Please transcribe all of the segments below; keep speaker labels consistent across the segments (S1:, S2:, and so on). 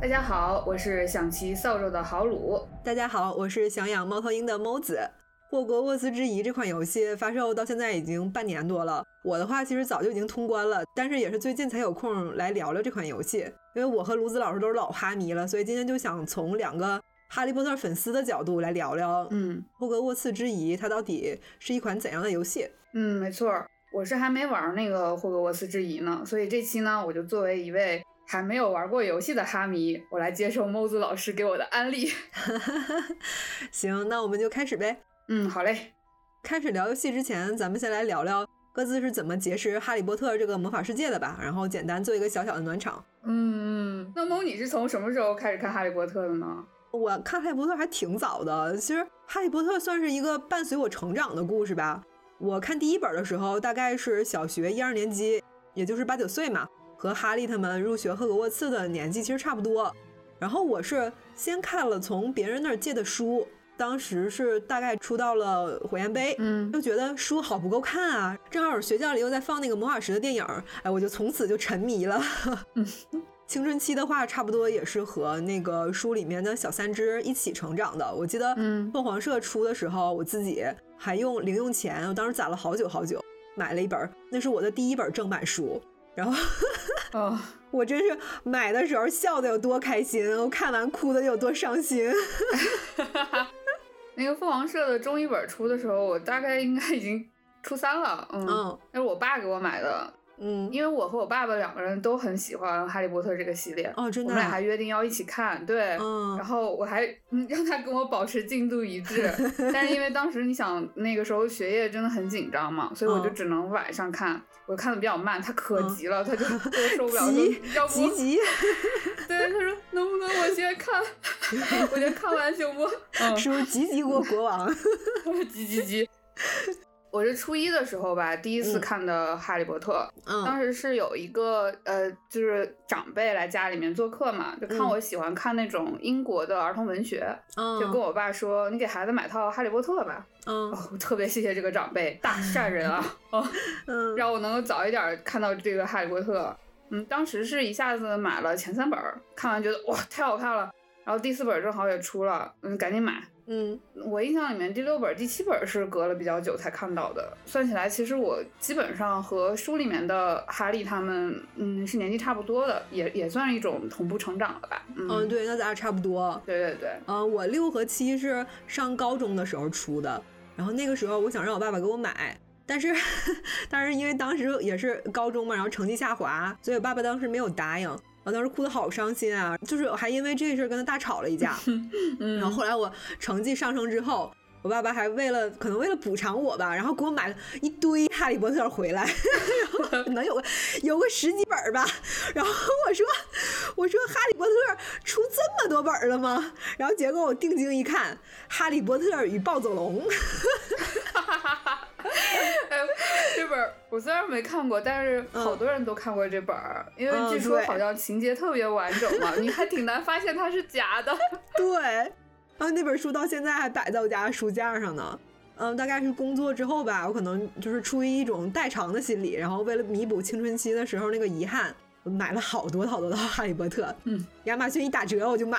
S1: 大家好，我是想骑扫帚的郝鲁。
S2: 大家好，我是想养猫头鹰的猫子。《霍格沃兹之遗》这款游戏发售到现在已经半年多了，我的话其实早就已经通关了，但是也是最近才有空来聊聊这款游戏，因为我和卢子老师都是老哈迷了，所以今天就想从两个哈利波特粉丝的角度来聊聊，
S1: 嗯
S2: 《霍格沃兹之遗》它到底是一款怎样的游戏？
S1: 嗯，没错儿，我是还没玩那个《霍格沃兹之遗》呢，所以这期呢，我就作为一位还没有玩过游戏的哈迷，我来接受猫子老师给我的安利。
S2: 行，那我们就开始呗。
S1: 嗯，好嘞。
S2: 开始聊游戏之前，咱们先来聊聊各自是怎么结识《哈利波特》这个魔法世界的吧，然后简单做一个小小的暖场。
S1: 嗯，那猫你是从什么时候开始看《哈利波特》的呢？
S2: 我看《哈利波特》还挺早的，其实《哈利波特》算是一个伴随我成长的故事吧。我看第一本的时候，大概是小学一二年级，也就是八九岁嘛，和哈利他们入学赫格沃茨的年纪其实差不多。然后我是先看了从别人那儿借的书，当时是大概出到了火焰杯，
S1: 嗯
S2: 就觉得书好不够看啊，正好学校里又在放那个魔法石的电影儿，哎，我就从此就沉迷了。
S1: 嗯
S2: 青春期的话，差不多也是和那个书里面的小三只一起成长的。我记得
S1: 嗯
S2: 凤凰社出的时候，我自己还用零用钱，我当时攒了好久好久，买了一本儿，那是我的第一本正版书。然后
S1: 哦，
S2: 我真是买的时候笑的有多开心，我看完哭的有多伤心。
S1: 那个凤凰社的中译本出的时候，我大概应该已经初三了。嗯，
S2: 嗯
S1: 那是我爸给我买的，
S2: 嗯，
S1: 因为我和我爸爸两个人都很喜欢《哈利波特》这个系列，
S2: 哦，真
S1: 我
S2: 的
S1: 们
S2: 啊，
S1: 俩还约定要一起看。对，
S2: 嗯
S1: 然后我还嗯让他跟我保持进度一 致，但是因为当时你想那个时候学业真的很紧张嘛，所以我就
S2: 嗯
S1: 只能晚上看，我看的比较慢，他可
S2: 嗯
S1: 急了，他就 我受不了，
S2: 急
S1: 说要不
S2: 急急，
S1: 对他说能不能我先看，我 先看完行不？嗯，
S2: 是不是急急过国王？
S1: 急急急。 我是初一的时候吧，第一次
S2: 嗯
S1: 看的《哈利波特》，
S2: 嗯
S1: 当时是有一个呃，就是长辈来家里面做客嘛，就看
S2: 嗯
S1: 我喜欢看那种英国的儿童文学，
S2: 嗯，
S1: 就跟我爸说：“你给孩子买套《哈利波特》吧。”
S2: 嗯
S1: 哦，我特别谢谢这个长辈，大善人 啊，哦，
S2: 嗯
S1: 让我能够早一点看到这个《哈利波特》。嗯，当时是一下子买了前三本儿，看完觉得哇太好看了，然后第四本儿正好也出了，嗯，赶紧买。
S2: 嗯
S1: 我印象里面第六本、第七本是隔了比较久才看到的。算起来，其实我基本上和书里面的哈利他们，嗯，是年纪差不多的，也也算是一种同步成长了吧。嗯，
S2: 嗯，对，那咱俩差不多。
S1: 对对对，
S2: 呃，我六和七是上高中的时候出的，然后那个时候我想让我爸爸给我买，但是 但是因为当时也是高中嘛，然后成绩下滑，所以我爸爸当时没有答应。我当时哭得好伤心啊，就是我还因为这事儿跟他大吵了一架。
S1: 嗯，
S2: 然后后来我成绩上升之后，我爸爸还为了可能为了补偿我吧，然后给我买了一堆《哈利波特》回来， 然后能有个有个十几本儿吧。然后我说我说《哈利波特》出这么多本儿了吗？然后结果我定睛一看，《哈利波特与暴走龙》
S1: 哎，这本儿我虽然没看过，但是好多人都看过这本儿，因为
S2: 嗯
S1: 据说
S2: 对
S1: 好像情节特别完整嘛，你还挺难发现它是假的。
S2: 对，然后那本书到现在还摆在我家书架上呢。嗯，大概是工作之后吧，我可能就是出于一种代偿的心理，然后为了弥补青春期的时候那个遗憾，我买了好多好多的《哈利波特》。
S1: 嗯，
S2: 亚马逊一打折我就买，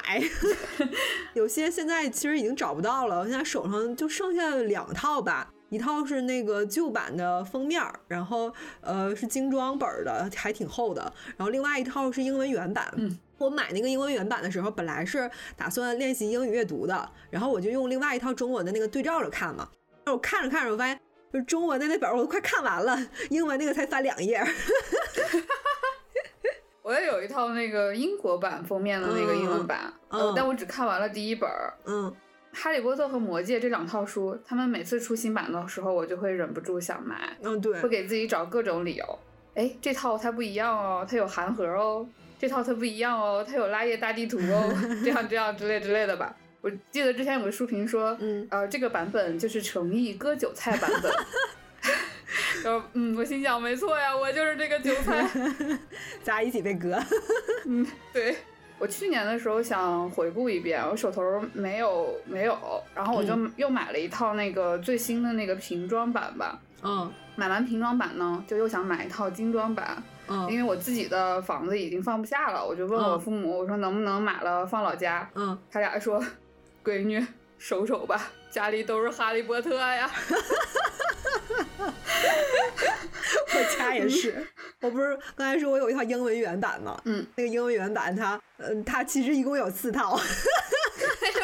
S2: 有些现在其实已经找不到了，我现在手上就剩下两套吧。一套是那个旧版的封面儿，然后呃是精装本儿的，还挺厚的。然后另外一套是英文原版。
S1: 嗯
S2: 我买那个英文原版的时候，本来是打算练习英语阅读的，然后我就用另外一套中文的那个对照着看嘛。然后我看着看着，我发现就是中文的那本儿我都快看完了，英文那个才翻两页儿。
S1: 我也有一套那个英国版封面的那个英文版，
S2: 嗯
S1: 呃
S2: 嗯
S1: 但我只看完了第一本儿。
S2: 嗯
S1: 《哈利波特》和《魔戒》这两套书，他们每次出新版的时候，我就会忍不住想买，
S2: 嗯，对
S1: 会，给自己找各种理由。哎，这套它不一样哦，它有韩盒哦；这套它不一样哦，它有拉页大地图哦， 这样这样之类之类的吧。我记得之前有个书评说，
S2: 嗯
S1: 呃，这个版本就是诚意割韭菜版 本。 然后，嗯，我心想，没错呀，我就是这个韭菜。
S2: 咱俩一起被割。
S1: 对我去年的时候想回顾一遍，我手头没有没有，然后我就又买了一套那个最新的那个瓶装版吧。
S2: 嗯
S1: 买完瓶装版呢，就又想买一套精装版，
S2: 嗯
S1: 因为我自己的房子已经放不下了，我就问我
S2: 嗯
S1: 父母，我说能不能买了放老家？
S2: 嗯，
S1: 他俩说，闺女收手吧，家里都是哈利波特呀。
S2: 我家也是， 我不是刚才说我有一套英文原版吗？
S1: 嗯，
S2: 那个英文原版它，嗯，它其实一共有四套。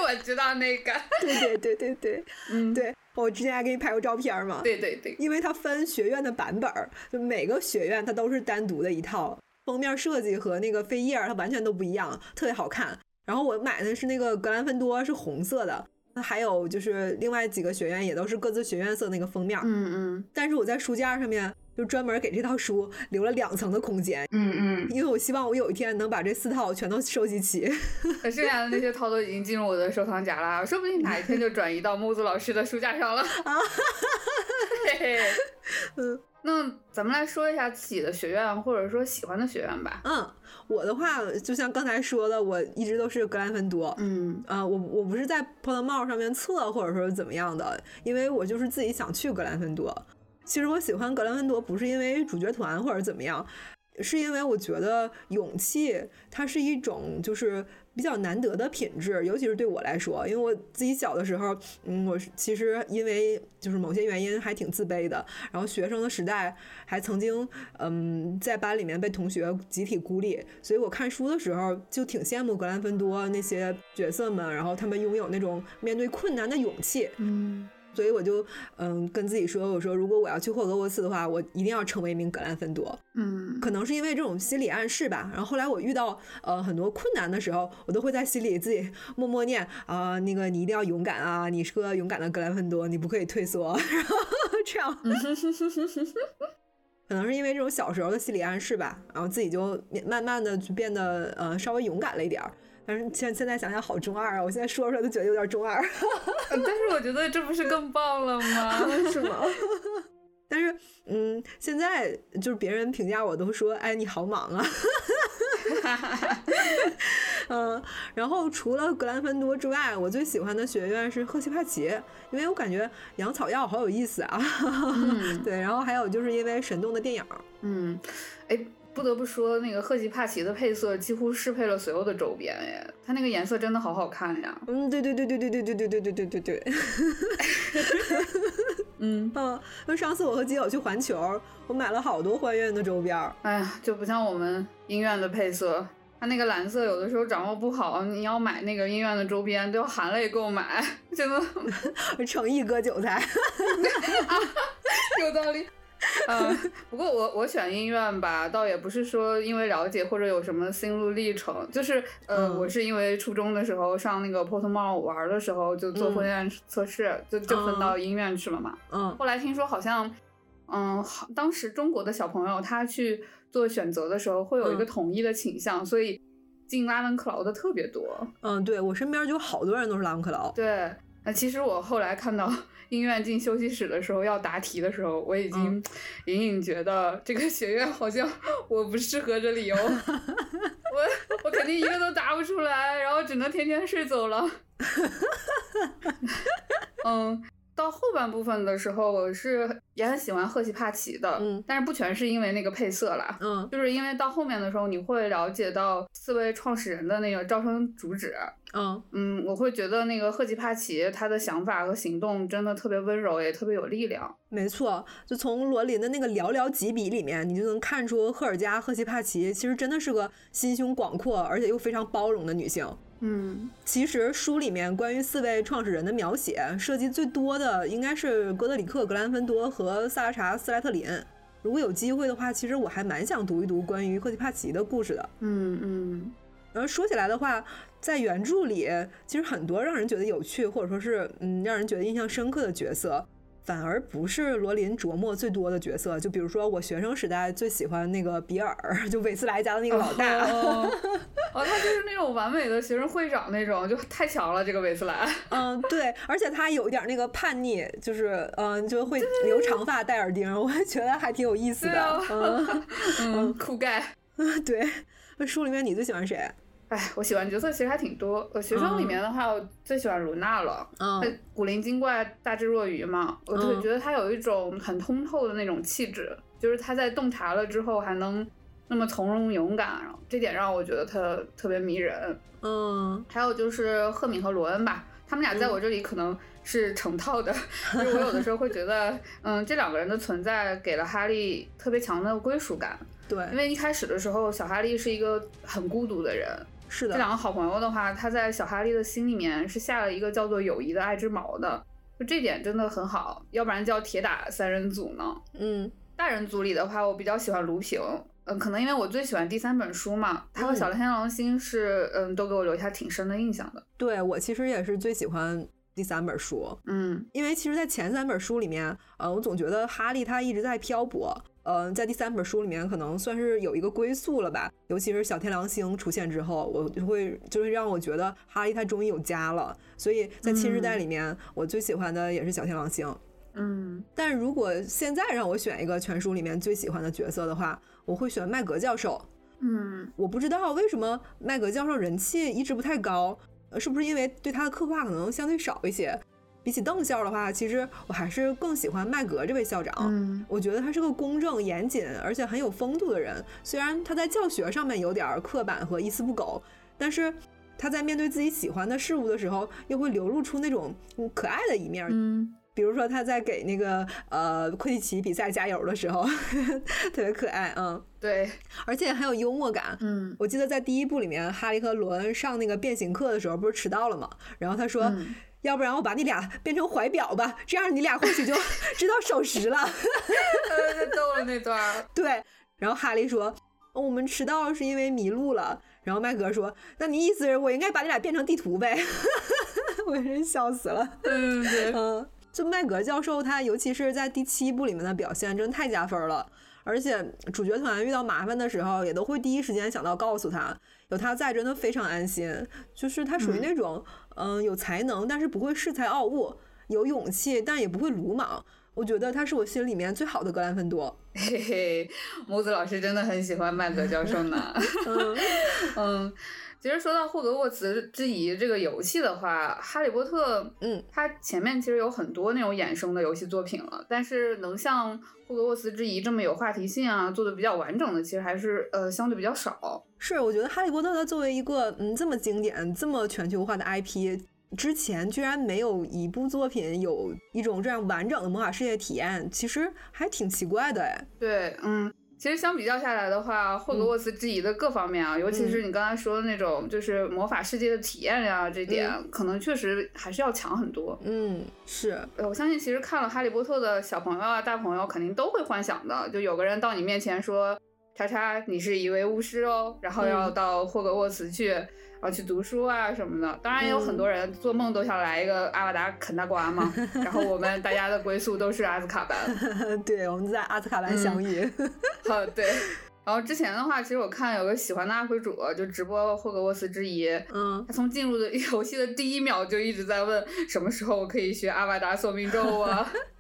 S1: 我知道那个，
S2: 对对对对对
S1: 嗯，
S2: 对，我之前还给你拍过照片嘛。
S1: 对对对，
S2: 因为它分学院的版本儿，就每个学院它都是单独的一套封面设计和那个扉页儿它完全都不一样，特别好看。然后我买的是那个格兰芬多是红色的，那还有就是另外几个学院也都是各自学院色那个封面儿。
S1: 嗯
S2: 但是我在书架上面就专门给这套书留了两层的空间，
S1: 嗯嗯
S2: 因为我希望我有一天能把这四套全都收集齐。
S1: 嗯，剩下的那些套都已经进入我的收藏夹了，说不定哪一天就转移到木子老师的书架上了。啊，嘿嘿，
S2: 嗯。
S1: 那咱们来说一下自己的学院，或者说喜欢的学院吧。
S2: 嗯，我的话就像刚才说的，我一直都是格兰芬多。
S1: 嗯
S2: 呃，我我不是在 Polo Mall 上面测或者说怎么样的，因为我就是自己想去格兰芬多。其实我喜欢格兰芬多不是因为主角团或者怎么样，是因为我觉得勇气它是一种就是比较难得的品质，尤其是对我来说，因为我自己小的时候，嗯，我是其实因为就是某些原因还挺自卑的，然后学生的时代还曾经嗯在班里面被同学集体孤立，所以我看书的时候就挺羡慕格兰芬多那些角色们，然后他们拥有那种面对困难的勇气，
S1: 嗯
S2: 所以我就嗯跟自己说，我说如果我要去霍格沃茨的话，我一定要成为一名格兰芬多。
S1: 嗯
S2: 可能是因为这种心理暗示吧。然后后来我遇到呃很多困难的时候，我都会在心里自己默默念啊、那个你一定要勇敢啊，你是个勇敢的格兰芬多，你不可以退缩。 然后这样，
S1: 嗯
S2: 可能是因为这种小时候的心理暗示吧，然后自己就慢慢慢的就变得呃稍微勇敢了一点儿。但是现现在想想好中二啊！我现在说出来都觉得有点中二。
S1: 但是我觉得这不是更棒了吗？
S2: 是吗？但是，嗯，现在就是别人评价我都说，哎，你好莽啊。嗯，然后除了格兰芬多之外，我最喜欢的学院是赫奇帕奇，因为我感觉养草药好有意思啊。
S1: 嗯
S2: 对，然后还有就是因为神动的电影，
S1: 嗯，哎，不得不说，那个赫奇帕奇的配色几乎适配了所有的周边，哎，它那个颜色真的好好看呀。
S2: 嗯，对对对对对对对对对对对对对。
S1: 嗯，
S2: 嗯，就上次我和基友去环球，我买了好多欢院的周边儿。
S1: 哎呀，就不像我们音院的配色，它那个蓝色有的时候掌握不好，你要买那个音院的周边都要含泪购买， 真的
S2: 诚意割韭菜，
S1: 有道理。嗯，不过我我选音院吧，倒也不是说因为了解或者有什么心路历程，就是呃，
S2: 嗯
S1: 我是因为初中的时候上那个 p o t o m a l 玩的时候就做
S2: 嗯
S1: 婚恋测试，就就分到音院去了嘛。
S2: 嗯
S1: 后来听说好像，嗯，好当时中国的小朋友他去做选择的时候会有一个
S2: 嗯
S1: 统一的倾向，所以进拉文克劳的特别多。
S2: 嗯，对我身边就好多人都是拉姆克劳。
S1: 对，那其实我后来看到 音院进休息室的时候要答题的时候，我已经 隐隐觉得这个学院好像 我不适合这里哦，我我肯定一个都答不出来，然后只能天天睡走了。嗯，到后半部分的时候，我是也很喜欢赫奇帕奇的，
S2: 嗯
S1: 但是不全是因为那个配色啦，
S2: 嗯
S1: 就是因为到后面的时候，你会了解到四位创始人的那个招生主旨，
S2: 嗯
S1: 嗯，我会觉得那个赫奇帕奇他的想法和行动真的特别温柔，也特别有力量。
S2: 没错，就从罗琳的那个寥寥几笔里面，你就能看出赫尔加·赫奇帕奇其实真的是个心胸广阔，而且又非常包容的女性。
S1: 嗯
S2: 其实书里面关于四位创始人的描写，涉及最多的应该是哥德里克·格兰芬多和萨拉查·斯莱特林。如果有机会的话，其实我还蛮想读一读关于赫奇帕奇的故事的。
S1: 嗯嗯
S2: 然后说起来的话，在原著里，其实很多让人觉得有趣，或者说是嗯让人觉得印象深刻的角色，反而不是罗琳琢磨最多的角色。就比如说我学生时代最喜欢那个比尔， 就韦斯莱家的那个老大。
S1: 哦，哦，他就是那种完美的学生会长那种，就太强了。这个韦斯 莱，
S2: 嗯，对，而且他有一点那个叛逆，就是嗯就会留长发戴耳钉，我还觉得还挺有意思
S1: 对啊
S2: 的。嗯，
S1: 嗯，酷盖。
S2: 对。那书里面你最喜欢谁？啊
S1: 哎，我喜欢角色其实还挺多。呃，学生里面的话，我最喜欢卢娜了。她
S2: 嗯
S1: 古灵精怪、大智若愚嘛，我就
S2: 嗯
S1: 觉得她有一种很通透的那种气质，就是她在洞察了之后还能那么从容勇敢，然后这点让我觉得他特别迷人。
S2: 嗯
S1: 还有就是赫敏和罗恩吧，他们俩在我这里可能是成套的， 就是我有的时候会觉得，嗯，这两个人的存在给了哈利特别强的归属感，因
S2: 对，
S1: 为一开始的时候，小哈利是一个很孤独的人，
S2: 是
S1: 这
S2: 的，
S1: 两个好朋友的话，他在小哈利的心里面是下了一个叫做友谊的爱之矛的，就这点真的很好，要不然叫铁打三人组呢。
S2: 嗯
S1: 大人组里的话，我比较喜欢卢平，嗯，可能因为我最喜欢第三本书嘛，他和
S2: 嗯
S1: 小天狼星是，嗯，都给我留下挺深的印象的，
S2: 对我其实也是最喜欢第三本书，
S1: 嗯
S2: 因为其实，在前三本书里面，呃，我总觉得哈利他一直在漂泊。嗯、在第三本书里面，可能算是有一个归宿了吧。尤其是小天狼星出现之后，我就会就是让我觉得哈利他终于有家了。所以在新时代里面，我最喜欢的也是小天狼星。
S1: 嗯
S2: 但如果现在让我选一个全书里面最喜欢的角色的话，我会选麦格教授。
S1: 嗯
S2: 我不知道为什么麦格教授人气一直不太高，呃，是不是因为对他的刻画可能相对少一些？比起邓校的话，其实我还是更喜欢麦格这位校长。
S1: 嗯
S2: 我觉得他是个公正、严谨，而且很有风度的人。虽然他在教学上面有点儿刻板和一丝不苟，但是他在面对自己喜欢的事物的时候，又会流露出那种嗯可爱的一面儿。
S1: 嗯
S2: 比如说他在给那个呃魁地奇比赛加油的时候， 特别可爱，嗯，
S1: 对，
S2: 而且很有幽默感。
S1: 嗯
S2: 我记得在第一部里面，哈利和罗恩上那个变形课的时候，不是迟到了吗？然后他说。
S1: 嗯
S2: 要不然我把你俩变成怀表吧，这样你俩或许就 知道守时了。
S1: 呃，太逗了那段儿，
S2: 对，然后哈利说、哦我们迟到是因为迷路了。然后麦格说，那你意思是我应该把你俩变成地图呗？ 我真笑死了。
S1: 嗯对，
S2: 嗯，就麦格教授他，尤其是在第七部里面的表现，真的太加分了。而且主角团遇到麻烦的时候，也都会第一时间想到告诉他，有他在真的非常安心。就是他属于那种，嗯、有才能，但是不会恃才傲物，有勇气，但也不会鲁莽。我觉得他是我心里面最好的格兰芬多。
S1: 嘿嘿，母子老师真的很喜欢麦格教授呢。
S2: 嗯
S1: 嗯，其实说到霍格沃茨之遗这个游戏的话，《哈利波特》
S2: 嗯，
S1: 它前面其实有很多那种衍生的游戏作品了，但是能像《霍格沃茨之遗》这么有话题性啊，做的比较完整的，其实还是呃相对比较少。
S2: 是，我觉得《哈利波特》它作为一个嗯这么经典、这么全球化的 IP，之前居然没有一部作品有一种这样完整的魔法世界体验，其实还挺奇怪的哎。
S1: 对，嗯。其实相比较下来的话，《霍格沃茨之遗》的各方面啊，尤其是你刚才说的那种，就是魔法世界的体验呀、这点、可能确实还是要强很多。
S2: 嗯，是，
S1: 呃，我相信其实看了《哈利波特》的小朋友啊、大朋友肯定都会幻想的，就有个人到你面前说：“叉叉，你是一位巫师哦。”然后要
S2: 嗯
S1: 到霍格沃茨去，然后去读书啊什么的。当然，也有很多人做梦都想来一个阿瓦达啃大瓜嘛。然后我们大家的归宿都是阿兹卡班。
S2: 对，我们在阿兹卡班相遇。
S1: 哦，对。然后之前的话，其实我看有个喜欢的 UP 主就直播霍格沃茨之遗，
S2: 嗯，
S1: 他从进入的 游戏的第一秒就一直在问什么时候我可以学阿瓦达索命咒啊。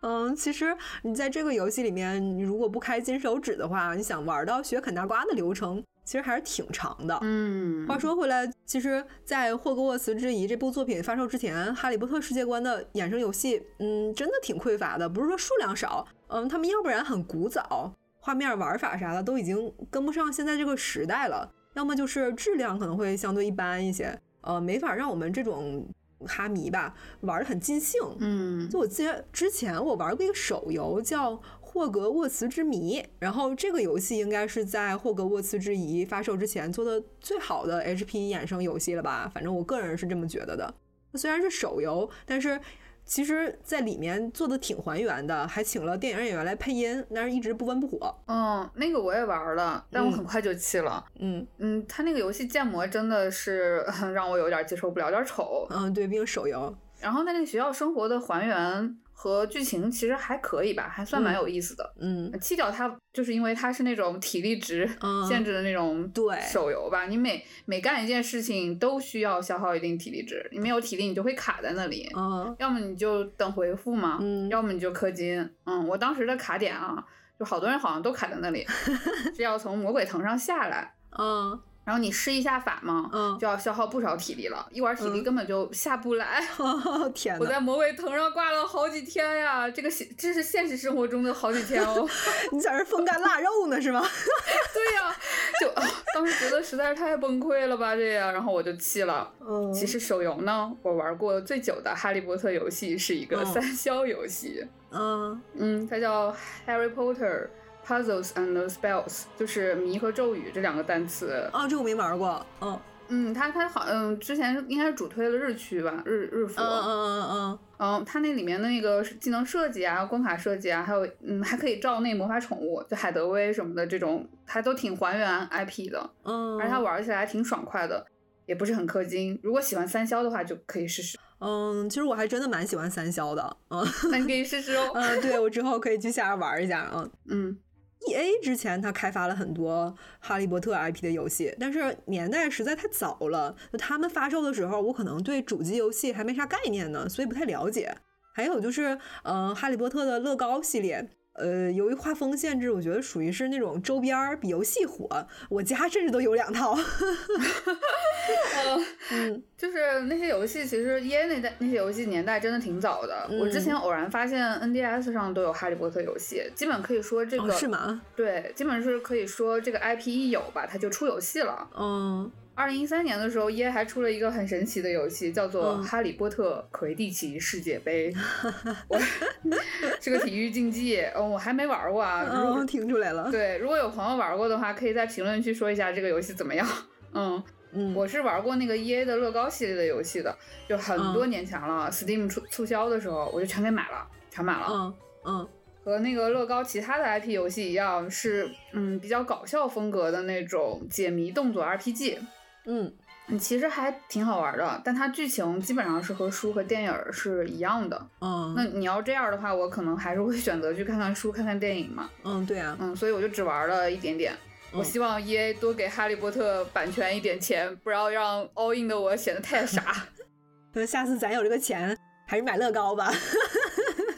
S2: 嗯，其实你在这个游戏里面，你如果不开金手指的话，你想玩到学啃大瓜的流程，其实还是挺长的。
S1: 嗯
S2: 话说回来，其实，在《霍格沃茨之遗》这部作品发售之前，《哈利波特》世界观的衍生游戏，嗯，真的挺匮乏的。不是说数量少，嗯，他们要不然很古早，画面、玩法啥的都已经跟不上现在这个时代了；要么就是质量可能会相对一般一些，呃，没法让我们这种哈迷吧玩得很尽兴。
S1: 嗯
S2: 就我记得之前我玩过一个手游叫《霍格沃茨之谜》，然后这个游戏应该是在《霍格沃茨之遗》发售之前做的最好的 HP 衍生游戏了吧？反正我个人是这么觉得的。虽然是手游，但是其实在里面做的挺还原的，还请了电影演员来配音，但是一直不温不火。
S1: 嗯，那个我也玩了，但我很快就弃了。
S2: 嗯
S1: 嗯，他那个游戏建模真的是 让我有点接受不了，有点丑。
S2: 嗯，对，毕竟手游。
S1: 然后那个学校生活的还原和剧情其实还可以吧，还算蛮有意思的。
S2: 嗯
S1: 弃掉它就是因为它是那种体力值
S2: 嗯
S1: 限制的那种
S2: 对
S1: 手游吧，你每每干一件事情都需要消耗一定体力值，你没有体力你就会卡在那里。
S2: 嗯
S1: 要么你就等回复嘛，
S2: 嗯
S1: 要么你就氪金。嗯，我当时的卡 点啊，就好多人好像都卡在那里，是要从魔鬼藤上下来。
S2: 嗯
S1: 然后你施一下法嘛，
S2: 嗯
S1: 就要消耗不少体力了，一玩体力
S2: 嗯
S1: 根本就下不来。
S2: 天
S1: 我
S2: 哪！
S1: 在魔鬼藤上挂了好几天呀，这个现这是现实生活中的好几天 哦。
S2: 你在这儿风干腊肉呢是吗？
S1: 对呀、 就、啊当时觉得实在是太崩溃了吧，这样，然后我就弃了。
S2: 嗯，
S1: 其实手游呢，我玩过最久的《哈利波特》游戏是一个
S2: 嗯
S1: 三消游戏，
S2: 嗯
S1: 嗯，它叫《Harry Potter Puzzles and Spells》，就是谜和咒语这两个单词。
S2: 哦，这我没玩过。嗯
S1: 嗯，它它好，嗯，之前应该是主推了日区吧，日日服。
S2: 嗯嗯嗯
S1: 嗯，它那里面的那个技能设计啊、关卡设计啊，还有嗯，还可以照那魔法宠物，就海德薇什么的这种，还都挺还原 IP 的，
S2: 嗯嗯，
S1: 而且它玩起来还挺爽快的，也不是很氪金。如果喜欢三消的话，就可以试 试，
S2: 嗯，其实我还真的蛮喜欢三消 的。嗯
S1: 那你可以试试哦。
S2: 嗯，对我之后可以去下边玩一下啊。
S1: 嗯
S2: E A 之前他开发了很多哈利波特 I P 的游戏，但是年代实在太早了，就他们发售的时候，我可能对主机游戏还没啥概念呢，所以不太了解。还有就是，嗯、哈利波特的乐高系列。呃，由于画风限制，我觉得属于是那种周边儿比游戏火。我家甚至都有两套。
S1: 嗯，
S2: 嗯
S1: 就是那些游戏，其实 EA 那代那些游戏年代真的挺早的。我之
S2: 嗯
S1: 前偶然发现 NDS 上都有《哈利波特》游戏，基本可以说这
S2: 哦
S1: 个、
S2: 是吗？
S1: 对，基本是可以说这个 IP 一有吧，它就出游戏了。
S2: 嗯，
S1: 二零一三年的时候，EA 还出了一个很神奇的游戏，叫做《
S2: 嗯
S1: 哈利波特魁地奇世界杯》 我 是个体育竞技，嗯，我还没玩过啊。如
S2: 嗯，听出来了。
S1: 对，如果有朋友玩过的话，可以在评论区说一下这个游戏怎么样。嗯，
S2: 嗯，
S1: 我是玩过那个 E A 的乐高系列的游戏的，就很多年前了、s t e a m 促促销的时候，我就全给买了，全买了。
S2: 嗯嗯
S1: 和那个乐高其他的 IP 游戏一样，是嗯比较搞笑风格的那种解谜动作 RPG，
S2: 嗯
S1: 嗯其实还挺好玩的。但它剧情基本上是和书和电影儿是一样的。
S2: 嗯，
S1: 那你要这样的话，我可能还是会选择去看看书、看看电影嘛。
S2: 嗯对啊，
S1: 嗯，所以我就只玩了一点点。我
S2: 嗯
S1: 希望 E A 多给《哈利波特》版权一点钱，不要让 All In 的我显得太傻。
S2: 那下次咱有这个钱，还是买乐高吧。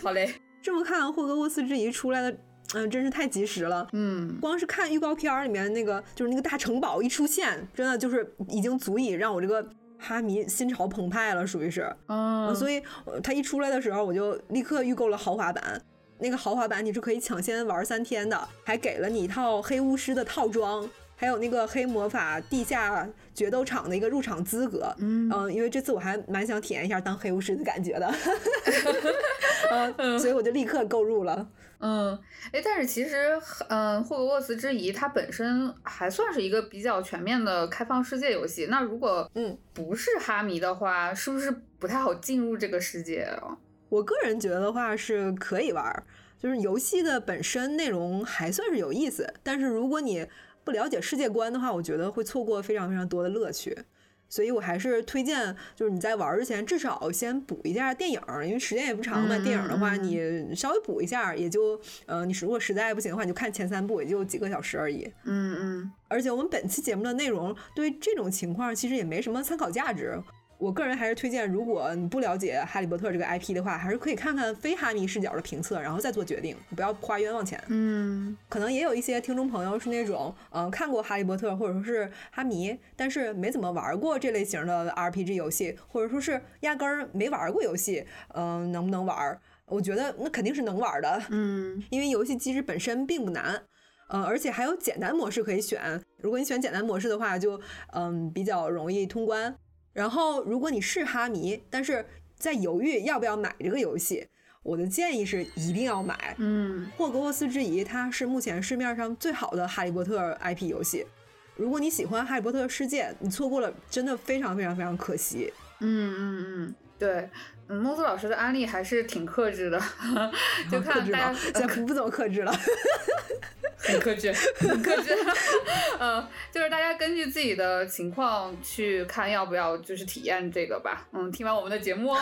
S1: 好嘞，
S2: 这么看，霍格沃茨之遗出来的，嗯、真是太及时了。
S1: 嗯，
S2: 光是看预告片儿里面那个，就是那个大城堡一出现，真的就是已经足以让我这个哈迷心潮澎湃了，属于是。
S1: 嗯
S2: 呃所以呃它一出来的时候，我就立刻预购了豪华版。那个豪华版你是可以抢先玩三天的，还给了你一套黑巫师的套装，还有那个黑魔法地下决斗场的一个入场资格。
S1: 嗯
S2: 嗯，因为这次我还蛮想体验一下当黑巫师的感 觉的，嗯，所以我就立刻购入了。
S1: 嗯，哎，但是其实，嗯，霍格沃茨之遗它本身还算是一个比较全面的开放世界游戏。那如果
S2: 嗯
S1: 不是哈迷的话，是不是不太好进入这个世界啊？
S2: 我个人觉得的话是可以玩儿，就是游戏的本身内容还算是有意思，但是如果你不了解世界观的话，我觉得会错过非常非常多的乐趣。所以我还是推荐，就是你在玩儿之前至少先补一下电影儿，因为时间也不长嘛。
S1: 嗯
S2: 电影儿的话，
S1: 嗯
S2: 你稍微补一下儿也就，呃，你如果实在不行的话，你就看前三部，也就几个小时而已。
S1: 嗯嗯
S2: 而且我们本期节目的内容对这种情况其实也没什么参考价值。我个人还是推荐，如果你不了解《哈利波特》这个 IP 的话，还是可以看看非哈迷视角的评测，然后再做决定，不要花冤枉钱。
S1: 嗯
S2: 可能也有一些听众朋友是那种，嗯、看过《哈利波特》或者说是哈迷，但是没怎么玩过这类型的 RPG 游戏，或者说是压根儿没玩过游戏，嗯、能不能玩儿？我觉得那肯定是能玩的，
S1: 嗯
S2: 因为游戏机制本身并不难，呃，而且还有简单模式可以选。如果你选简单模式的话，就嗯比较容易通关。然后，如果你是哈迷，但是在犹豫要不要买这个游戏，我的建议是一定要买。
S1: 嗯
S2: 霍格沃茨之遗，它是目前市面上最好的哈利波特 IP 游戏。如果你喜欢《哈利波特》世界，你错过了，真的非常非常非常可惜。
S1: 嗯嗯嗯，对，嗯，孟子老师的安利还是挺克制的， 就
S2: 啊克
S1: 看
S2: 制
S1: 大
S2: 吗？
S1: 家
S2: 现在不不怎么克 制了。
S1: 很克制， 很克制。呃，就是大家根据自己的情况去看要不要就是体验这个吧。嗯，听完我们的节目哦。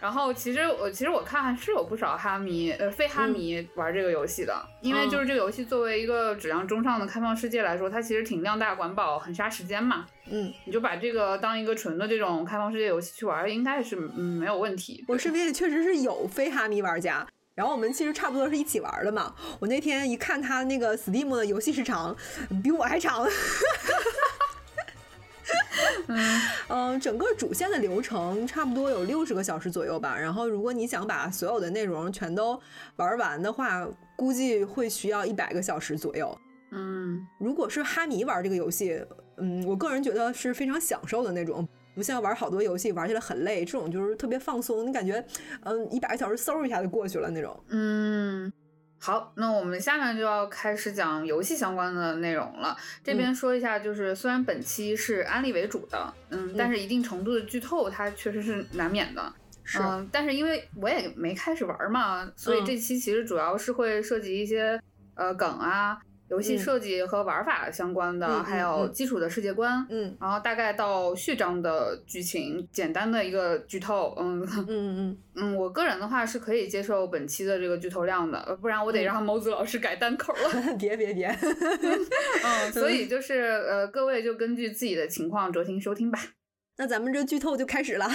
S1: 然后其实我其实我看还是有不少哈迷呃非哈迷玩这个游戏的，因为就是这个游戏作为一个质量中上的开放世界来说，它其实挺量大管饱，很杀时间嘛。
S2: 嗯，
S1: 你就把这个当一个纯的这种开放世界游戏去玩，应该是嗯没有问题。
S2: 我身边也确实是有非哈迷玩家。然后我们其实差不多是一起玩的嘛。我那天一看他那个 Steam 的游戏时长，比我还长，
S1: 嗯
S2: 嗯，整个主线的流程差不多有六十个小时左右吧。然后，如果你想把所有的内容全都玩完的话，估计会需要一百个小时左右。
S1: 嗯
S2: 如果是哈迷玩这个游戏，嗯，我个人觉得是非常享受的那种，不像玩好多游戏玩起来很累，这种就是特别放松，你感觉嗯一百个小时嗖一下就过去了那种。
S1: 嗯，好，那我们下面就要开始讲游戏相关的内容了。这
S2: 嗯
S1: 边说一下，就是、虽然本期是安利为主的，嗯，但是一定程度的剧透它确实是难免的。
S2: 是，
S1: 嗯，但是因为我也没开始玩嘛，所以
S2: 嗯
S1: 这期其实主要是会涉及一些呃梗啊、游戏
S2: 嗯
S1: 设计和玩法相关的，
S2: 嗯嗯
S1: 还有
S2: 嗯
S1: 基础的世界观。
S2: 嗯
S1: 然后大概到序章的剧情，简单的一个剧透，嗯
S2: 嗯嗯
S1: 嗯，我个人的话是可以接受本期的这个剧透量的，呃不然我得让毛子老师改单口 了。
S2: 嗯， 别别别，
S1: 嗯，所以就是呃，各位就根据自己的情况酌情收听吧。
S2: 那咱们这剧透就开始了。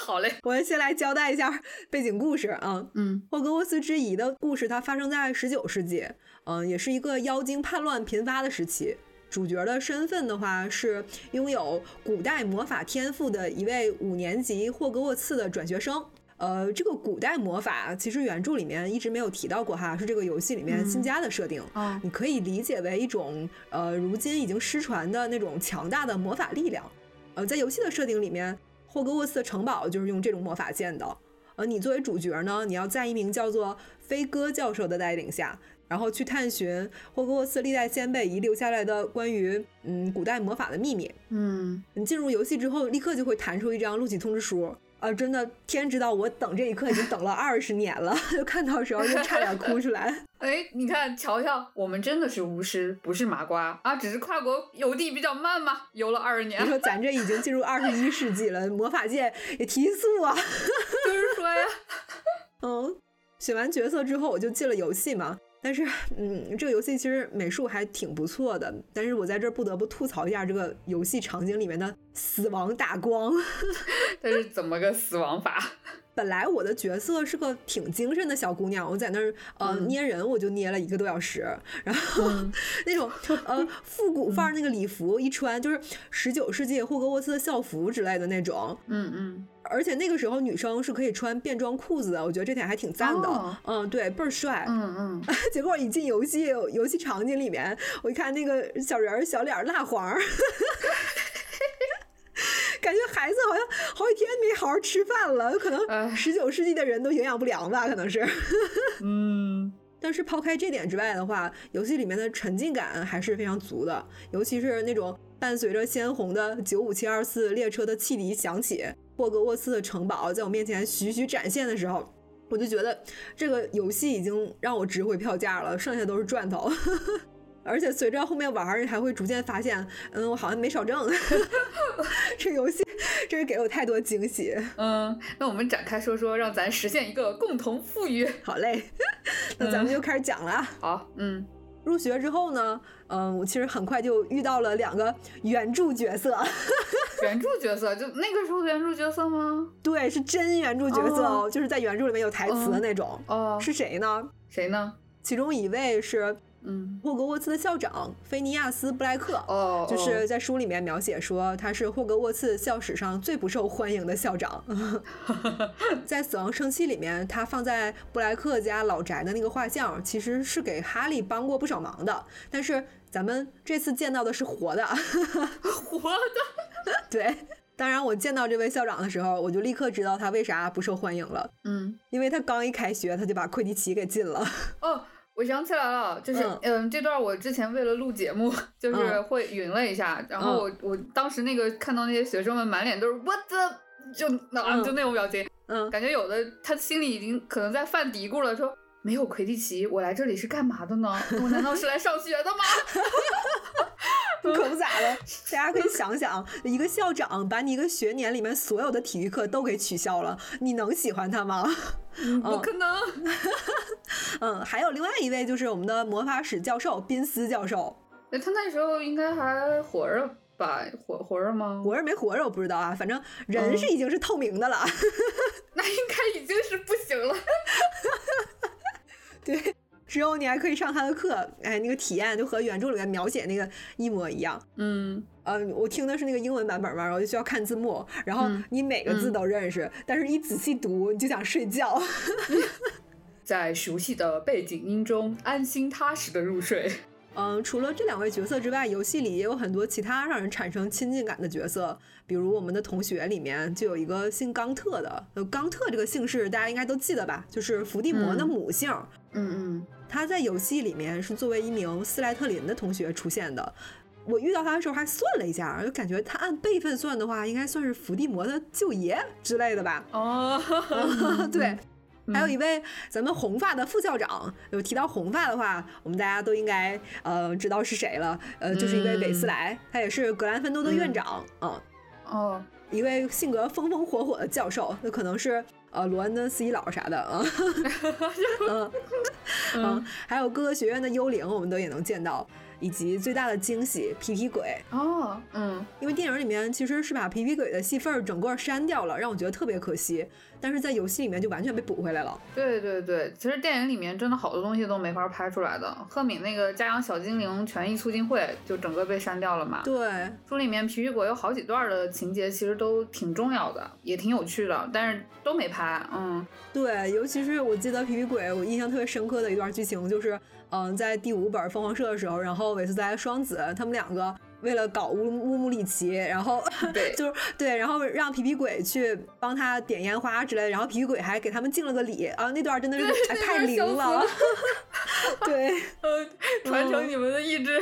S1: 好嘞，
S2: 我先来交代一下背景故事啊。
S1: 嗯
S2: 霍格沃茨之遗的故事，它发生在十九世纪，嗯、也是一个妖精叛乱频发的时期。主角的身份的话是拥有古代魔法天赋的一位五年级霍格沃茨的转学生。呃，这个古代魔法其实原著里面一直没有提到过哈，是这个游戏里面
S1: 嗯
S2: 新加的设定。
S1: 啊
S2: 你可以理解为一种呃，如今已经失传的那种强大的魔法力量。呃，在游戏的设定里面，霍格沃茨的城堡就是用这种魔法建的。呃，你作为主角呢，你要在一名叫做飞哥教授的带领下，然后去探寻霍格沃茨历代先辈遗留下来的关于嗯古代魔法的秘密。
S1: 嗯
S2: 你进入游戏之后，立刻就会弹出一张录取通知书。啊，真的，天知道我等这一刻已经等了二十年了， 就看到的时候就差点哭出来。
S1: 哎，你看，瞧瞧，我们真的是巫师，不是麻瓜啊，只是跨国邮递比较慢嘛，邮了二十年
S2: 你。说咱这已经进入二十一世纪了，魔法界也提速啊。
S1: 就是啊说呀，
S2: 嗯，选完角色之后我就进了游戏嘛，但是嗯，这个游戏其实美术还挺不错的，但是我在这儿不得不吐槽一下这个游戏场景里面的死亡大光。
S1: 这是怎么个死亡法？
S2: 本来我的角色是个挺精神的小姑娘，我在那儿呃、
S1: 嗯
S2: 捏人，我就捏了一个多小时，然后、
S1: 嗯
S2: 那种呃复古范儿那个礼服一穿，就是十九世纪霍格沃茨的校服之类的那种，
S1: 嗯嗯，
S2: 而且那个时候女生是可以穿便装裤子的，我觉得这点还挺赞的。
S1: 哦
S2: 嗯，对，倍儿帅。
S1: 嗯嗯，
S2: 结果一进游戏游戏场景里面，我一看那个小人儿小脸儿蜡黄儿， 感觉孩子好像好几天没好好吃饭了，有可能
S1: 哎
S2: 十九世纪的人都营养不良吧，可能是。
S1: 嗯
S2: 但是抛开这点之外的话，游戏里面的沉浸感还是非常足的，尤其是那种伴随着鲜红的九五七二四列车的汽笛响起，霍格沃茨的城堡在我面前徐徐展现的时候，我就觉得这个游戏已经让我值回票价了，剩下都是赚头。 而且随着后面玩儿，你还会逐渐发现，嗯，我好像没少挣。 这游戏真是给了我太多惊喜。
S1: 嗯，那我们展开说说，让咱实现一个共同富裕。
S2: 好嘞， 那咱们就开始讲了啊。
S1: 好，嗯
S2: 入学之后呢，嗯，我其实很快就遇到了两个原著角色，
S1: 原著角色就那个时候的原著角色吗？
S2: 对，是真原著角色哦，
S1: 哦
S2: 就是在原著里面有台词的那种。
S1: 哦，
S2: 是谁呢？
S1: 谁呢？
S2: 其中一位是
S1: 嗯，
S2: 霍格沃茨的校长菲尼亚斯·布莱克，
S1: 哦，
S2: 就是在书里面描写说他是霍格沃茨校史上最不受欢迎的校长。 在《死亡圣器》里面，他放在布莱克家老宅的那个画像，其实是给哈利帮过不少忙的，但是咱们这次见到的是活的。
S1: 哦活的。
S2: 对，当然我见到这位校长的时候，我就立刻知道他为啥不受欢迎了，
S1: 嗯，
S2: 因为他刚一开学，他就把魁地奇给禁了。
S1: 哦。我想起来了，就是
S2: 嗯
S1: 嗯这段我之前为了录节目，就是
S2: 嗯
S1: 会匀了一下，然后我我当时那个看到那些学生们满脸都是 what the，就那、啊
S2: 嗯
S1: 就那种表情，
S2: 嗯，
S1: 感觉有的他心里已经可能在犯嘀咕了，说没有魁地奇，我来这里是干嘛的呢？我难道是来上学的吗？
S2: 可不咋的，大家可以想想，一个校长把你一个学年里面所有的体育课都给取消了，你能喜欢他吗？
S1: 不可能。
S2: 嗯，还有另外一位就是我们的魔法史教授宾斯教授，
S1: 哎，他那时候应该还活着吧？活活着吗？
S2: 活着没活着我不知道啊，反正人
S1: 嗯
S2: 是已经是透明的了。
S1: 那应该已经是不行了。
S2: 对，之后你还可以上他的课，哎，那个体验就和原著里面描写那个一模一样。
S1: 嗯，
S2: 呃，我听的是那个英文版本嘛，然后就需要看字幕，然后
S1: 嗯
S2: 你每个字都认识，但是一仔细读你就想睡觉。
S1: 在熟悉的背景音中安心踏实的入睡。
S2: 嗯，除了这两位角色之外，游戏里也有很多其他让人产生亲近感的角色，比如我们的同学里面就有一个姓冈特的，呃，冈特这个姓氏大家应该都记得吧？就是伏地魔的
S1: 嗯
S2: 母姓。
S1: 嗯
S2: 他在游戏里面是作为一名斯莱特林的同学出现的。我遇到他的时候还算了一下，就感觉他按辈分算的话，应该算是伏地魔的舅爷之类的吧
S1: 嗯，。哦，
S2: 对，还有
S1: 嗯
S2: 一位咱们红发的副校长，有提到红发的话，我们大家都应该呃知道是谁了，呃，就是一位韦斯莱，他也是格兰芬多的
S1: 嗯
S2: 院长啊、
S1: 哦，
S2: 一位性格风风火火的教授，那可能是呃罗恩的司仪老啥的啊， 嗯嗯
S1: 嗯，，
S2: 还有各个学院的幽灵，我们都也能见到，以及最大的惊喜皮皮鬼，
S1: 哦，嗯
S2: 因为电影里面其实是把皮皮鬼的戏份儿整个删掉了，让我觉得特别可惜，但是在游戏里面就完全被补回来了。
S1: 对对对，其实电影里面真的好多东西都没法拍出来的。赫敏那个家养小精灵权益促进会就整个被删掉了嘛。
S2: 对，
S1: 书里面皮皮果有好几段的情节，其实都挺重要的，也挺有趣的，但是都没拍。 嗯
S2: 对，尤其是我记得皮皮鬼，我印象特别深刻的一段剧情就是，嗯，在第五本《凤凰社》的时候，然后韦斯莱双子他们两个为了搞乌乌姆里奇，然后
S1: 对
S2: 就是对，然后让皮皮鬼去帮他点烟花之类的，然后皮皮鬼还给他们敬了个礼啊，那段真的是哎太
S1: 段
S2: 灵
S1: 笑死
S2: 了
S1: 了。
S2: 对，
S1: 呃，传承你们的意志。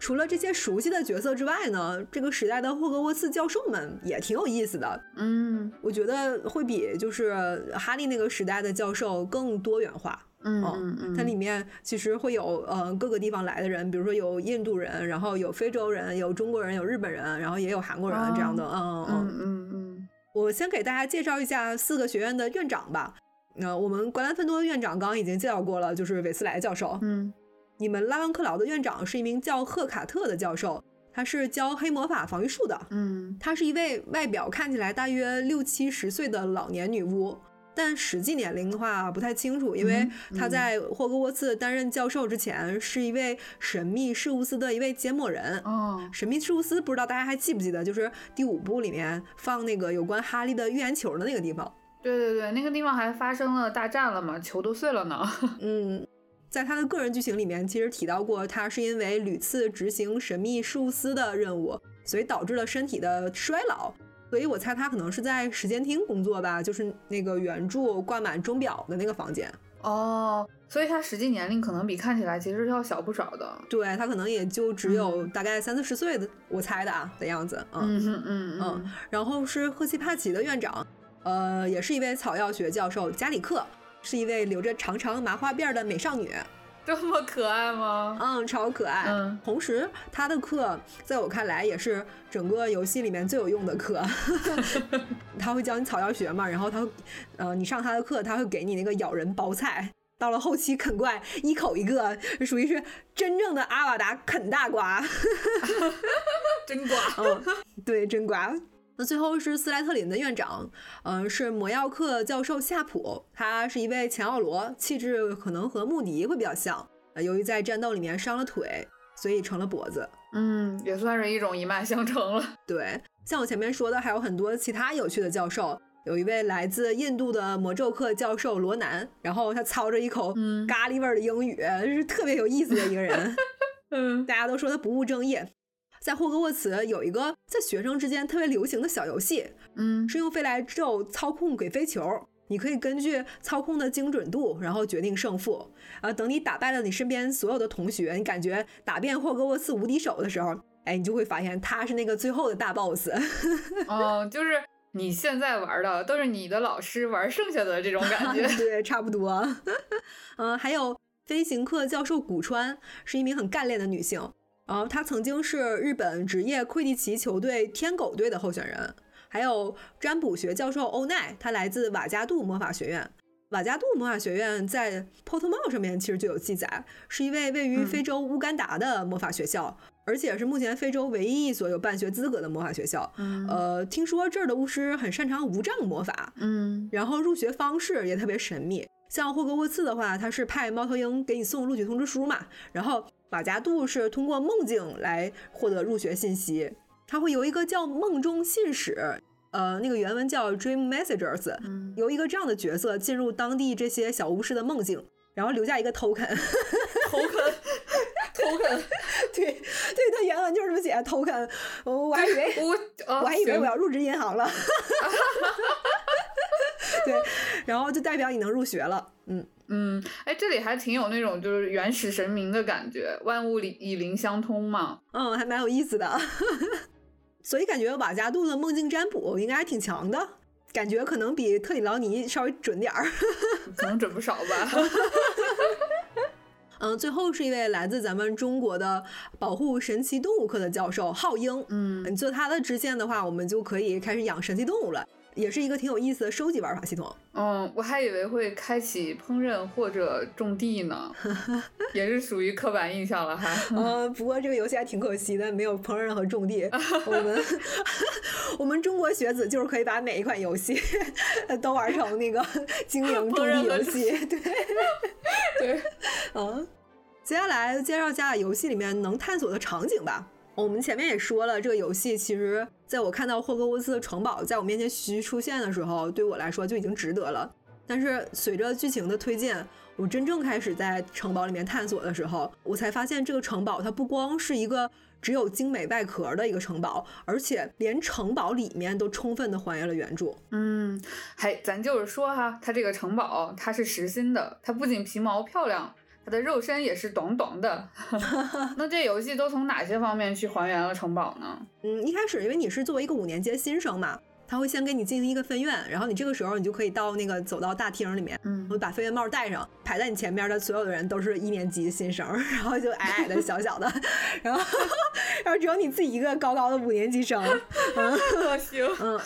S2: 除了这些熟悉的角色之外呢，这个时代的霍格沃茨教授们也挺有意思的，
S1: 嗯
S2: 我觉得会比就是哈利那个时代的教授更多元化。
S1: 嗯
S2: 哦
S1: 嗯嗯，
S2: 它里面其实会有呃各个地方来的人，比如说有印度人，然后有非洲人，有中国人，有日本人，然后也有韩国人
S1: 哦
S2: 这样的。嗯
S1: 嗯
S2: 嗯，
S1: 嗯嗯
S2: 我先给大家介绍一下四个学院的院长吧。那、我们格兰芬多院长刚刚已经介绍过了，就是韦斯莱教授。
S1: 嗯
S2: 你们拉文克劳的院长是一名叫赫卡特的教授，他是教黑魔法防御术的。
S1: 嗯
S2: 她是一位外表看起来大约六七十岁的老年女巫，但实际年龄的话不太清楚，因为
S1: 嗯
S2: 她
S1: 嗯
S2: 在霍格沃茨担任教授之前是一位神秘事务司的一位缄默人。
S1: 哦
S2: 神秘事务司不知道大家还记不记得，就是第五部里面放那个有关哈利的预言球的那个地方。
S1: 对对对，那个地方还发生了大战了嘛，球都碎了呢。
S2: 嗯，在他的个人剧情里面，其实提到过，他是因为屡次执行神秘事务司的任务，所以导致了身体的衰老。所以我猜他可能是在时间厅工作吧，就是那个原著挂满钟表的那个房间。
S1: 哦，所以他实际年龄可能比看起来其实要小不少的。
S2: 对他可能也就只有大概三四十岁的，我猜的啊的样子。嗯，
S1: 嗯哼嗯嗯
S2: 然后是赫奇帕奇的院长，呃，也是一位草药学教授加里克，是一位留着长长麻花辫儿的美少女。
S1: 这么可爱吗？
S2: 嗯，超可爱。
S1: 嗯
S2: 同时他的课在我看来也是整个游戏里面最有用的课。 他会教你草药学嘛，然后他，呃，你上他的课，他会给你那个咬人包菜。到了后期啃怪，一口一个，属于是真正的阿瓦达啃大瓜。
S1: 真瓜。
S2: 嗯，对，真瓜。那最后是斯莱特林的院长，嗯、是魔药课教授夏普，他是一位前奥罗，气质可能和穆迪会比较像。呃由于在战斗里面伤了腿，所以成了脖子。
S1: 嗯，也算是一种一脉相承了。
S2: 对，像我前面说的，还有很多其他有趣的教授。有一位来自印度的魔咒课教授罗南，然后他操着一口
S1: 嗯
S2: 咖喱味儿的英语，是特别有意思的一个人。
S1: 嗯
S2: 大家都说他不务正业。在霍格沃茨有一个在学生之间特别流行的小游戏，
S1: 嗯
S2: 是用飞来咒操控鬼飞球，你可以根据操控的精准度，然后决定胜负。啊，等你打败了你身边所有的同学，你感觉打遍霍格沃茨无敌手的时候，哎，你就会发现他是那个最后的大 boss。
S1: 哦，就是你现在玩的都是你的老师玩剩下的这种 感觉。
S2: 对， 差不多。嗯，还有飞行课教授古川是一名很干练的女性，然后她曾经是日本职业魁地奇球队天狗队的候选人。还有占卜学教授欧奈，他来自瓦加杜魔法学院。瓦加杜魔法学院在 Potmore 上面其实就有记载，是一位位于
S1: 嗯
S2: 非洲乌干达的魔法学校，而且是目前非洲唯一一所有办学资格的魔法学校。
S1: 嗯
S2: 呃，听说这儿的巫师很擅长无障魔法，
S1: 嗯
S2: 然后入学方式也特别神秘，像霍格沃茨的话，他是派猫头鹰给你送录取通知书嘛，然后马加杜是通过梦境来获得入学信息，他会由一个叫梦中信使，呃，那个原文叫 Dream Messengers，
S1: 嗯，
S2: 由一个这样的角色进入当地这些小巫师的梦境，然后留下一个 token。
S1: token token，
S2: 对，对，他原文就是这么写 token。我我还以为
S1: 我哦
S2: 我还以为我要入职银行了。 对，然后就代表你能入学了。嗯，
S1: 嗯，哎，这里还挺有那种就是原始神明的感觉，万物里以灵相通嘛。
S2: 嗯，还蛮有意思的。 所以感觉瓦加杜的梦境占卜应该还挺强的，感觉可能比特里劳尼稍微准点儿。
S1: 可能准不少吧。
S2: 嗯，最后是一位来自咱们中国的保护神奇动物科的教授浩英。
S1: 嗯
S2: 你做他的支线的话，我们就可以开始养神奇动物了，也是一个挺有意思的收集玩法系统。
S1: 嗯，我还以为会开启烹饪或者种地 呢，也是属于刻板印象了还。
S2: 呃，不过这个游戏还挺可惜的，没有烹饪和种地。我们我们中国学子就是可以把每一款游戏都玩成那个经营种地游戏，对，
S1: 对，
S2: 嗯。接下来介绍一下游戏里面能探索的场景吧。我们前面也说了，这个游戏其实在我看到霍格沃兹的城堡在我面前徐徐出现的时候，对我来说就已经值得了。但是随着剧情的推进，我真正开始在城堡里面探索的时候，我才发现这个城堡它不光是一个只有精美外壳的一个城堡，而且连城堡里面都充分的还原了原著。
S1: 嗯，还咱就是说哈，它这个城堡它是实心的，它不仅皮毛漂亮。它的肉身也是短短的， 那这游戏都从哪些方面去还原了城堡呢？
S2: 嗯，一开始因为你是作为一个五年级的新生嘛，他会先给你进行一个分院，然后你这个时候你就可以到那个走到大厅里面，
S1: 嗯
S2: 然后把分院帽戴上，排在你前面的所有的人都是一年级新生，然后就矮矮的、小小的， 然后然后只有你自己一个高高的五年级生，
S1: 可行，
S2: 嗯，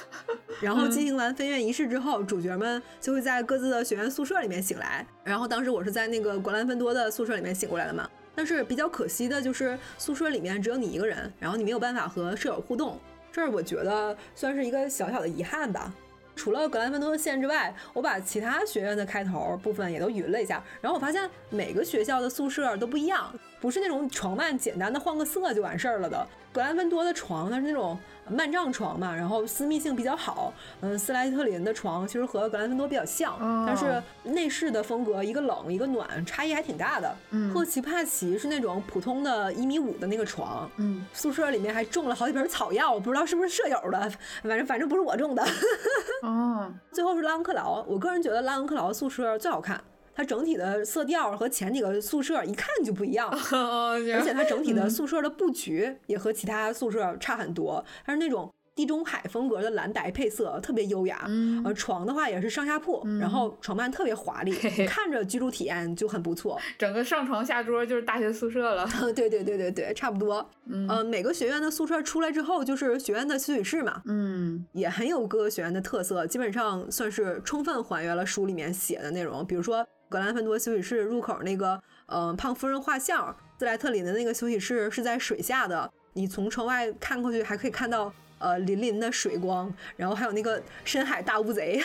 S2: 然后进行完分院仪式之后，主角们就会在各自的学院宿舍里面醒来。然后当时我是在那个格兰芬多的宿舍里面醒过来的嘛，但是比较可惜的就是宿舍里面只有你一个人，然后你没有办法和舍友互动，这儿我觉得算是一个小小的遗憾吧。除了格兰芬多的线之外，我把其他学院的开头部分也都匀了一下，然后我发现每个学校的宿舍都不一样，不是那种床幔简单的换个色就完事儿了的。格兰芬多的床它是那种幔帐床嘛，然后私密性比较好。嗯，斯莱特林的床其实和格兰芬多比较像，
S1: 哦
S2: 但是内饰的风格一个冷一个暖，差异还挺大的。
S1: 嗯
S2: 赫奇帕奇是那种普通的一米五的那个床，
S1: 嗯，
S2: 宿舍里面还种了好几盆草药，我不知道是不是舍友的，反正反正不是我种的。
S1: 哦，
S2: 最后是拉文克劳，我个人觉得拉文克劳宿舍最好看，它整体的色调和前几个宿舍一看就不一样，
S1: 哦
S2: 而且
S1: 行
S2: 它整体的宿舍的布局也和其他宿舍差很多，它是那种地中海风格的蓝白配色，特别优雅。
S1: 嗯
S2: 呃，床的话也是上下铺，然后床幔特别华丽，
S1: 嘿嘿
S2: 看着居住体验就很不错。
S1: 整个上床下桌就是大学宿舍了。
S2: 对对对对对，差不多。
S1: 嗯
S2: 呃，每个学院的宿舍出来之后就是学院的休息室嘛，
S1: 嗯
S2: 也很有各个学院的特色，基本上算是充分还原了书里面写的内容。比如说格兰芬多休息室入口那个，嗯、胖夫人画像；斯莱特林的那个休息室是在水下的，你从窗外看过去还可以看到呃粼粼的水光，然后还有那个深海大乌贼。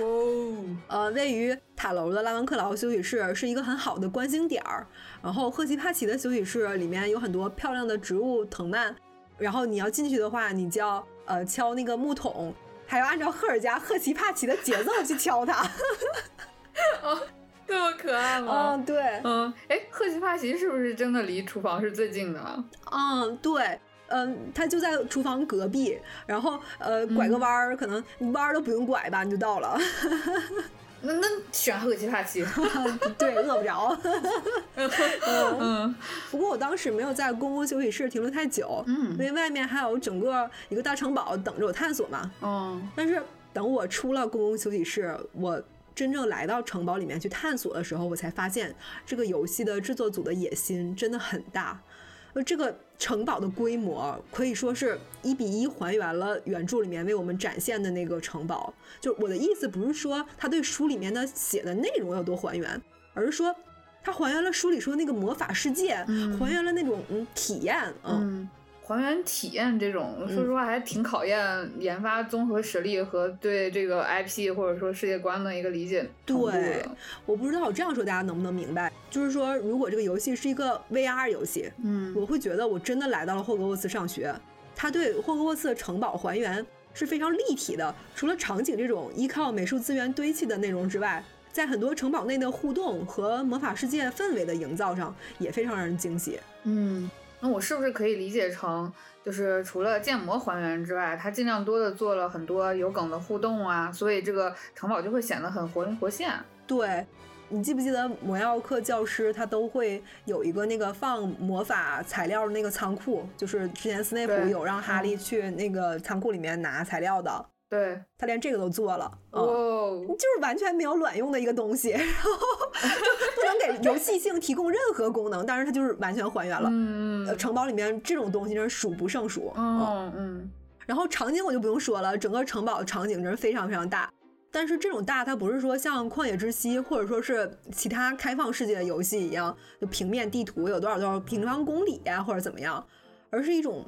S1: 哦，
S2: 呃，位于塔楼的拉文克劳休息室是一个很好的观星点儿。然后赫奇帕奇的休息室里面有很多漂亮的植物藤蔓，然后你要进去的话，你就要呃敲那个木桶，还要按照赫尔加赫奇帕奇的节奏去敲它。
S1: 这么可爱吗？
S2: 嗯，对，
S1: 嗯，哎，赫奇帕奇是不是真的离厨房是最近的啊？
S2: 嗯，对。嗯，它就在厨房隔壁，然后呃，拐个弯儿，可能你弯儿都不用拐吧，你就到了。
S1: 嗯那那选赫奇帕 奇。
S2: 对，饿不着。
S1: 嗯
S2: 不过我当时没有在公共休息室停留太久，因
S1: 嗯
S2: 为外面还有整个一个大城堡等着我探索嘛。
S1: 哦
S2: 但是等我出了公共休息室，我真正来到城堡里面去探索的时候，我才发现这个游戏的制作组的野心真的很大。呃，这个城堡的规模可以说是一比一还原了原著里面为我们展现的那个城堡。就我的意思不是说他对书里面的写的内容有多还原，而是说他还原了书里说那个魔法世界，
S1: 嗯
S2: 还原了那种嗯体验，嗯
S1: 嗯还原体验这种，说实话还挺考验研发综合实力和对这个 IP 或者说世界观的一个理解程度的。
S2: 对我不知道我这样说大家能不能明白，就是说，如果这个游戏是一个 VR 游戏，
S1: 嗯，
S2: 我会觉得我真的来到了霍格沃茨上学。它对霍格沃茨的城堡还原是非常立体的，除了场景这种依靠美术资源堆砌的内容之外，在很多城堡内的互动和魔法世界氛围的营造上也非常让人惊喜。
S1: 嗯，那我是不是可以理解成，就是除了建模还原之外，它尽量多的做了很多有梗的互动啊，所以这个城堡就会显得很活灵活现。
S2: 对，你记不记得魔药课教师他都会有一个那个放魔法材料的那个仓库，就是之前斯内普
S1: 对
S2: 有让哈利去那个仓库里面拿材料的，
S1: 对，
S2: 他连这个都做了。
S1: 哇、哦
S2: 嗯就是完全没有卵用的一个东西，然 后就不能给游戏性提供任何功能，但是它就是完全还原了。
S1: 嗯
S2: 呃，城哦堡里面这种东西真是数不胜数。
S1: 嗯嗯
S2: 然后场景我就不用说了，整个城堡的场景真是非常非常大。但是这种大，它不是说像《旷野之息》或者说是其他开放世界的游戏一样，就平面地图有多少多少平方公里呀、或者怎么样，而是一种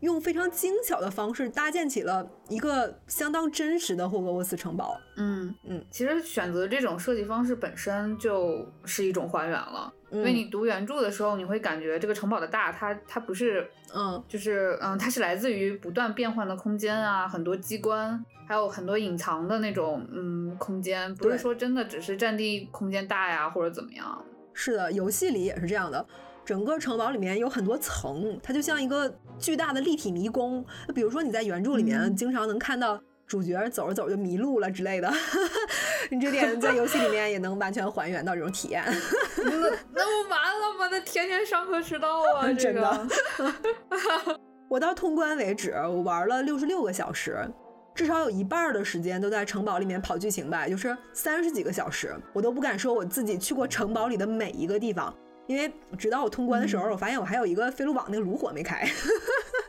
S2: 用非常精巧的方式搭建起了一个相当真实的霍格沃茨城堡。
S1: 嗯
S2: 嗯，
S1: 其实选择这种设计方式本身就是一种还原了，
S2: 嗯
S1: 因为你读原著的时候，你会感觉这个城堡的大，它它不是
S2: 嗯，
S1: 就是嗯，它是来自于不断变换的空间啊，很多机关，还有很多隐藏的那种嗯空间，不是
S2: 对
S1: 说真的只是占地空间大呀或者怎么样。
S2: 是的，游戏里也是这样的。整个城堡里面有很多层，它就像一个巨大的立体迷宫。比如说你在原著里面
S1: 嗯
S2: 经常能看到主角走着走着就迷路了之类的， 你这点在游戏里面也能完全还原到这种体验。
S1: 那那不完了吗？那天天上课迟到啊，这个、
S2: 真的我到通关为止，我玩了六十六个小时，至少有一半儿的时间都在城堡里面跑剧情吧，就是三十几个小时，我都不敢说我自己去过城堡里的每一个地方，因为直到我通关的时候，
S1: 嗯
S2: 我发现我还有一个飞鹿网那个炉火没开。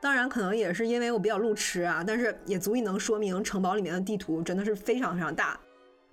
S2: 当然，可能也是因为我比较路痴啊，但是也足以能说明城堡里面的地图真的是非常非常大。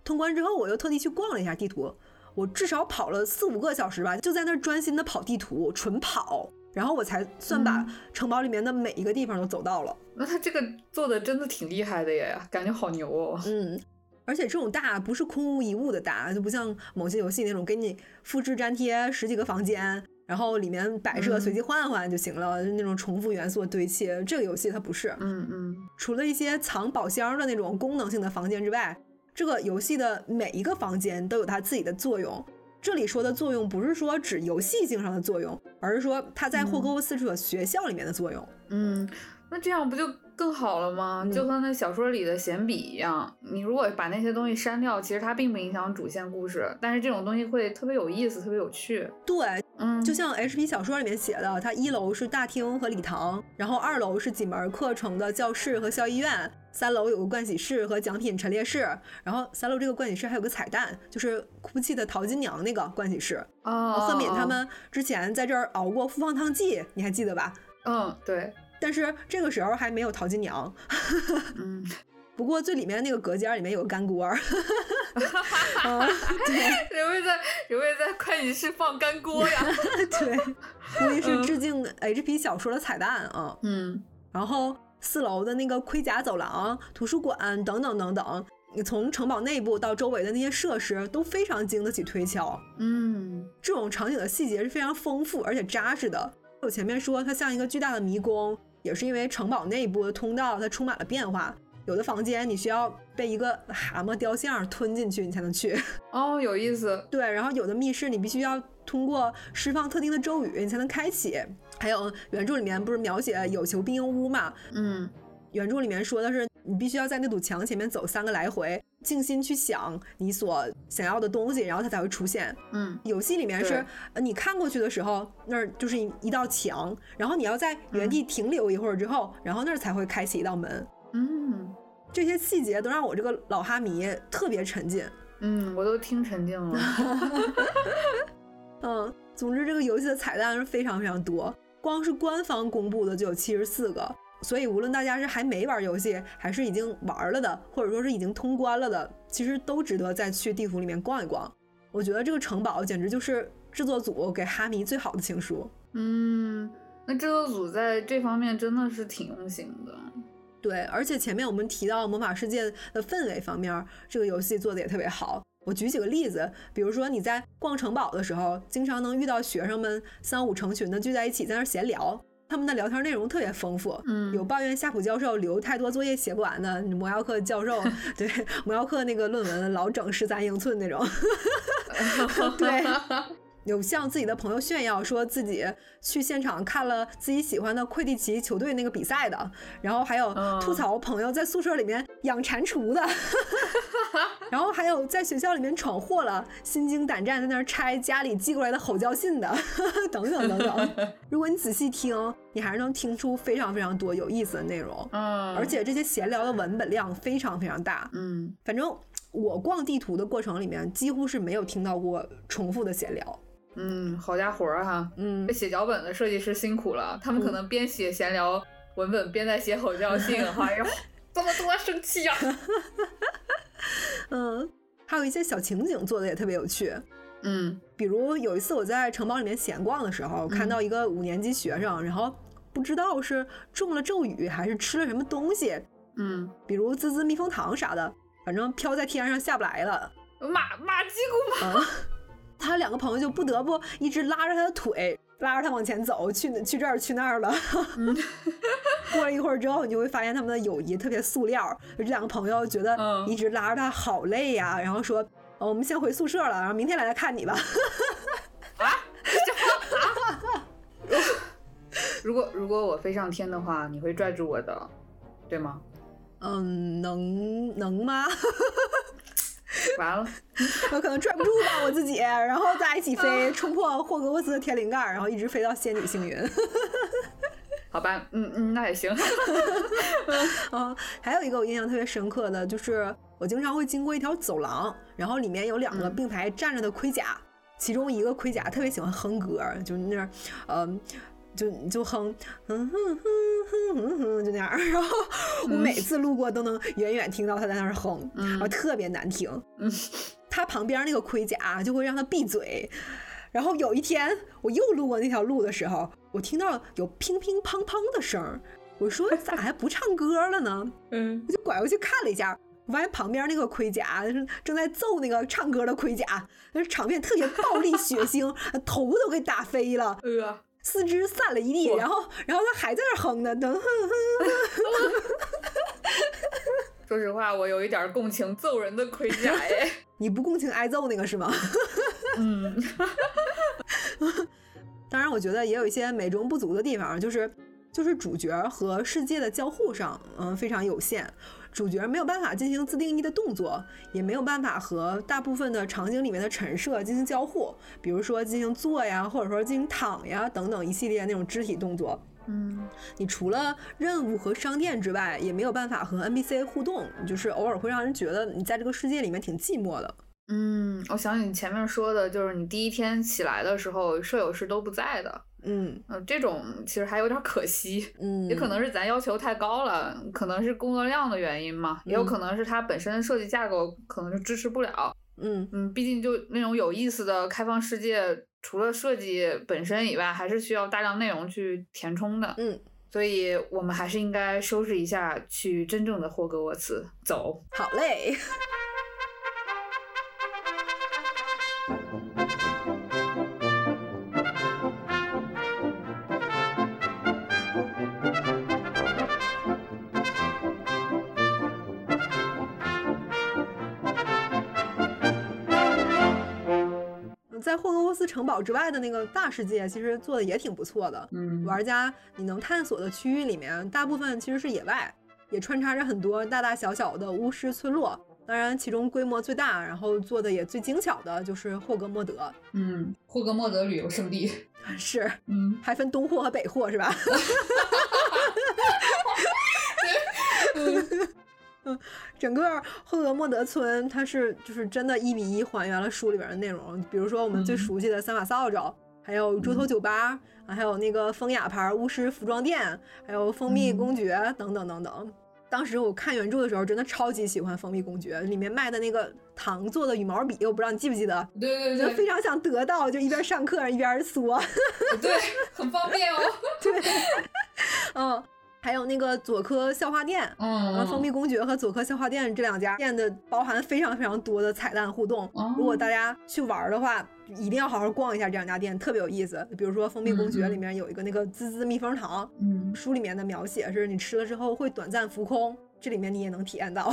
S2: 通关之后，我又特地去逛了一下地图，我至少跑了四五个小时吧，就在那儿专心的跑地图，纯跑，然后我才算把
S1: 嗯
S2: 城堡里面的每一个地方都走到了。
S1: 那他这个做的真的挺厉害的耶，感觉好牛哦。
S2: 嗯，而且这种大不是空无一物的大，就不像某些游戏那种给你复制粘贴十几个房间，然后里面摆设
S1: 嗯
S2: 随机换换就行了，就那种重复元素的堆砌。这个游戏它不是，
S1: 嗯嗯
S2: 除了一些藏宝箱的那种功能性的房间之外，这个游戏的每一个房间都有它自己的作用。这里说的作用不是说指游戏性上的作用，而是说它在霍格沃茨这所学校里面的作用。
S1: 嗯，那这样不就更好了吗？
S2: 嗯
S1: 就和那小说里的闲笔一样，你如果把那些东西删掉，其实它并不影响主线故事，但是这种东西会特别有意思，特别有趣。
S2: 对，
S1: 嗯，
S2: 就像 H.P. 小说里面写的，它一楼是大厅和礼堂，然后二楼是几门课程的教室和校医院，三楼有个盥洗室和奖品陈列室，然后三楼这个盥洗室还有个彩蛋，就是哭泣的陶金娘那个盥洗室。
S1: 啊，
S2: 赫敏他
S1: 哦，
S2: 们之前在这儿熬过复方汤剂，你还记得吧？
S1: 嗯，对，
S2: 但是这个时候还没有淘金娘。
S1: 嗯，
S2: 不过最里面那个隔间里面有个干锅儿， 啊对
S1: 谁会在谁会在会计室放干锅呀？
S2: 对，估计是致敬 HP 小说的彩蛋啊。
S1: 嗯
S2: 然后四楼的那个盔甲走廊、图书馆等等等等，你从城堡内部到周围的那些设施都非常经得起推敲。
S1: 嗯
S2: 这种场景的细节是非常丰富而且扎实的。我前面说它像一个巨大的迷宫，也是因为城堡内部的通道它充满了变化，有的房间你需要被一个蛤蟆雕像吞进去你才能去，
S1: 哦，有意思，
S2: 对，然后有的密室你必须要通过释放特定的咒语你才能开启。还有原著里面不是描写有求必应屋嘛？
S1: 嗯
S2: 原著里面说的是你必须要在那堵墙前面走三个来回，静心去想你所想要的东西，然后它才会出现。
S1: 嗯
S2: 游戏里面是
S1: 对，
S2: 呃你看过去的时候，那儿就是一一道墙，然后你要在原地停留一会儿之后，然后那儿才会开启一道门。
S1: 嗯
S2: 这些细节都让我这个老哈迷特别沉浸。
S1: 嗯，我都听沉浸了。
S2: 嗯，总之这个游戏的彩蛋是非常非常多，光是官方公布的就有七十四个。所以无论大家是还没玩游戏，还是已经玩了的，或者说是已经通关了的，其实都值得再去地图里面逛一逛。我觉得这个城堡简直就是制作组给哈迷最好的情书。
S1: 嗯，那制作组在这方面真的是挺用心的。
S2: 对，而且前面我们提到魔法世界的氛围方面，这个游戏做的也特别好。我举几个例子，比如说你在逛城堡的时候，经常能遇到学生们三五成群的聚在一起，在那儿闲聊。他们的聊天内容特别丰富，
S1: 嗯
S2: 有抱怨夏普教授留太多作业写不完的，魔药课教授对魔药课那个论文老整十三英寸那种，对，有向自己的朋友炫耀说自己去现场看了自己喜欢的快递奇球队那个比赛的，然后还有
S1: 嗯
S2: 吐槽朋友在宿舍里面养蟾蜍的， 然后还有在学校里面闯祸了，心惊胆战在那儿拆家里寄过来的吼叫信的，等等 等等。如果你仔细听，你还是能听出非常非常多有意思的内容，
S1: 嗯，
S2: 而且这些闲聊的文本量非常非常大。
S1: 嗯，
S2: 反正我逛地图的过程里面，几乎是没有听到过重复的闲聊。
S1: 嗯，好家伙儿、哈，
S2: 嗯
S1: 这，写脚本的设计师辛苦了，他们可能边写闲聊文本边在写吼叫信，哎 呦，多么多生气 呀、
S2: 嗯，还有一些小情景做的也特别有趣。
S1: 嗯
S2: 比如有一次我在城堡里面闲逛的时候，看到一个五年级学生，然后不知道是中了咒语还是吃了什么东西，
S1: 嗯，
S2: 比如滋滋蜜蜂糖啥的，反正飘在天上下不来了。
S1: 马马吉 古马，
S2: 他两个朋友就不得不一直拉着他的腿，拉着他往前走，去去这儿去那儿了。过了一会儿之后，你就会发现他们的友谊特别塑料。这两个朋友觉得
S1: 嗯
S2: 一直拉着他好累呀、然后说、哦我们先回宿舍了，然后明天来来看你吧。
S1: 如果如果我飞上天的话，你会拽住我的，对 吗？
S2: 嗯，能能吗？
S1: 完了，
S2: 我可能拽不住吧我自己，然后再一起飞，冲破霍格沃茨的天灵盖，然后一直飞到仙女星云。
S1: 好吧，嗯嗯，那也行。
S2: 啊，还有一个我印象特别深刻的就是，我经常会经过一条走廊，然后里面有两个
S1: 嗯
S2: 并排站着的盔甲，其中一个盔甲特别喜欢哼歌儿，就那样，嗯、就就哼，嗯哼哼哼哼哼哼，就那样儿。 然后我每次路过都能远远听到他在那儿哼，然后
S1: 嗯
S2: 特别难听。
S1: 嗯，
S2: 他旁边那个盔甲啊就会让他闭嘴。然后有一天，我又路过那条路的时候，我听到有乒乒乓乓的声儿，我说咋还不唱歌了呢？
S1: 嗯
S2: 我就拐过去看了一下，我发现旁边那个盔甲正正在揍那个唱歌的盔甲，那场面特别暴力血腥， 头都给打飞了，
S1: 呃，
S2: 四肢散了一地，
S1: 哇
S2: 然后然后他还在那儿哼呢，等哼哼，
S1: 说实话，我有一点共情揍人的盔甲 哎。
S2: 你不共情挨揍那个是吗？
S1: 嗯
S2: 当然，我觉得也有一些美中不足的地方，就是就是主角和世界的交互上，嗯，非常有限。主角没有办法进行自定义的动作，也没有办法和大部分的场景里面的陈设进行交互，比如说进行坐呀，或者说进行躺呀等等一系列那种肢体动作。
S1: 嗯
S2: 你除了任务和商店之外，也没有办法和 NPC 互动，就是偶尔会让人觉得你在这个世界里面挺寂寞的。
S1: 嗯，我想起你前面说的，就是你第一天起来的时候，舍友是都不在的。
S2: 嗯
S1: 嗯、这种其实还有点可惜，
S2: 嗯，
S1: 也可能是咱要求太高了，可能是工作量的原因嘛，也有
S2: 嗯
S1: 可能是它本身的设计架构可能就支持不了。
S2: 嗯
S1: 嗯，毕竟就那种有意思的开放世界，除了设计本身以外，还是需要大量内容去填充的。
S2: 嗯，
S1: 所以我们还是应该收拾一下，去真正的霍格沃茨走。
S2: 好嘞。嗯在霍格沃茨城堡之外的那个大世界，其实做的也挺不错的。
S1: 嗯
S2: 玩家你能探索的区域里面，大部分其实是野外，也穿插着很多大大小小的巫师村落。当然，其中规模最大，然后做的也最精巧的就是霍格莫德，
S1: 嗯，霍格莫德旅游胜地。
S2: 是
S1: 嗯，
S2: 还分东霍和北霍 是吧？嗯整个霍格莫德村，它是就是真的一比一还原了书里边的内容，比如说我们最
S1: 嗯
S2: 熟悉的三把扫帚，还有猪头酒吧，啊还有那个风雅牌巫师服装店，还有蜂蜜
S1: 嗯
S2: 公爵等等等等。当时我看原著的时候，真的超级喜欢《蜂蜜公爵》里面卖的那个糖做的羽毛笔，我不知道你记不记得，
S1: 对
S2: 我
S1: 对
S2: 就
S1: 对
S2: 非常想得到，就一边上课一边缩。
S1: 对，很方 便哦。
S2: 对，嗯，还有那个佐科校花店，呃，
S1: 嗯，
S2: 蜂蜜公爵和佐科校花店这两家店的包含非常非常多的彩蛋互动。
S1: 哦
S2: 如果大家去玩儿的话，一定要好好逛一下这两家店，特别有意思。比如说蜂蜜公爵
S1: 嗯嗯
S2: 里面有一个那个滋滋蜜蜂糖，
S1: 嗯
S2: 书里面的描写是你吃了之后会短暂浮空，这里面你也能体 验到。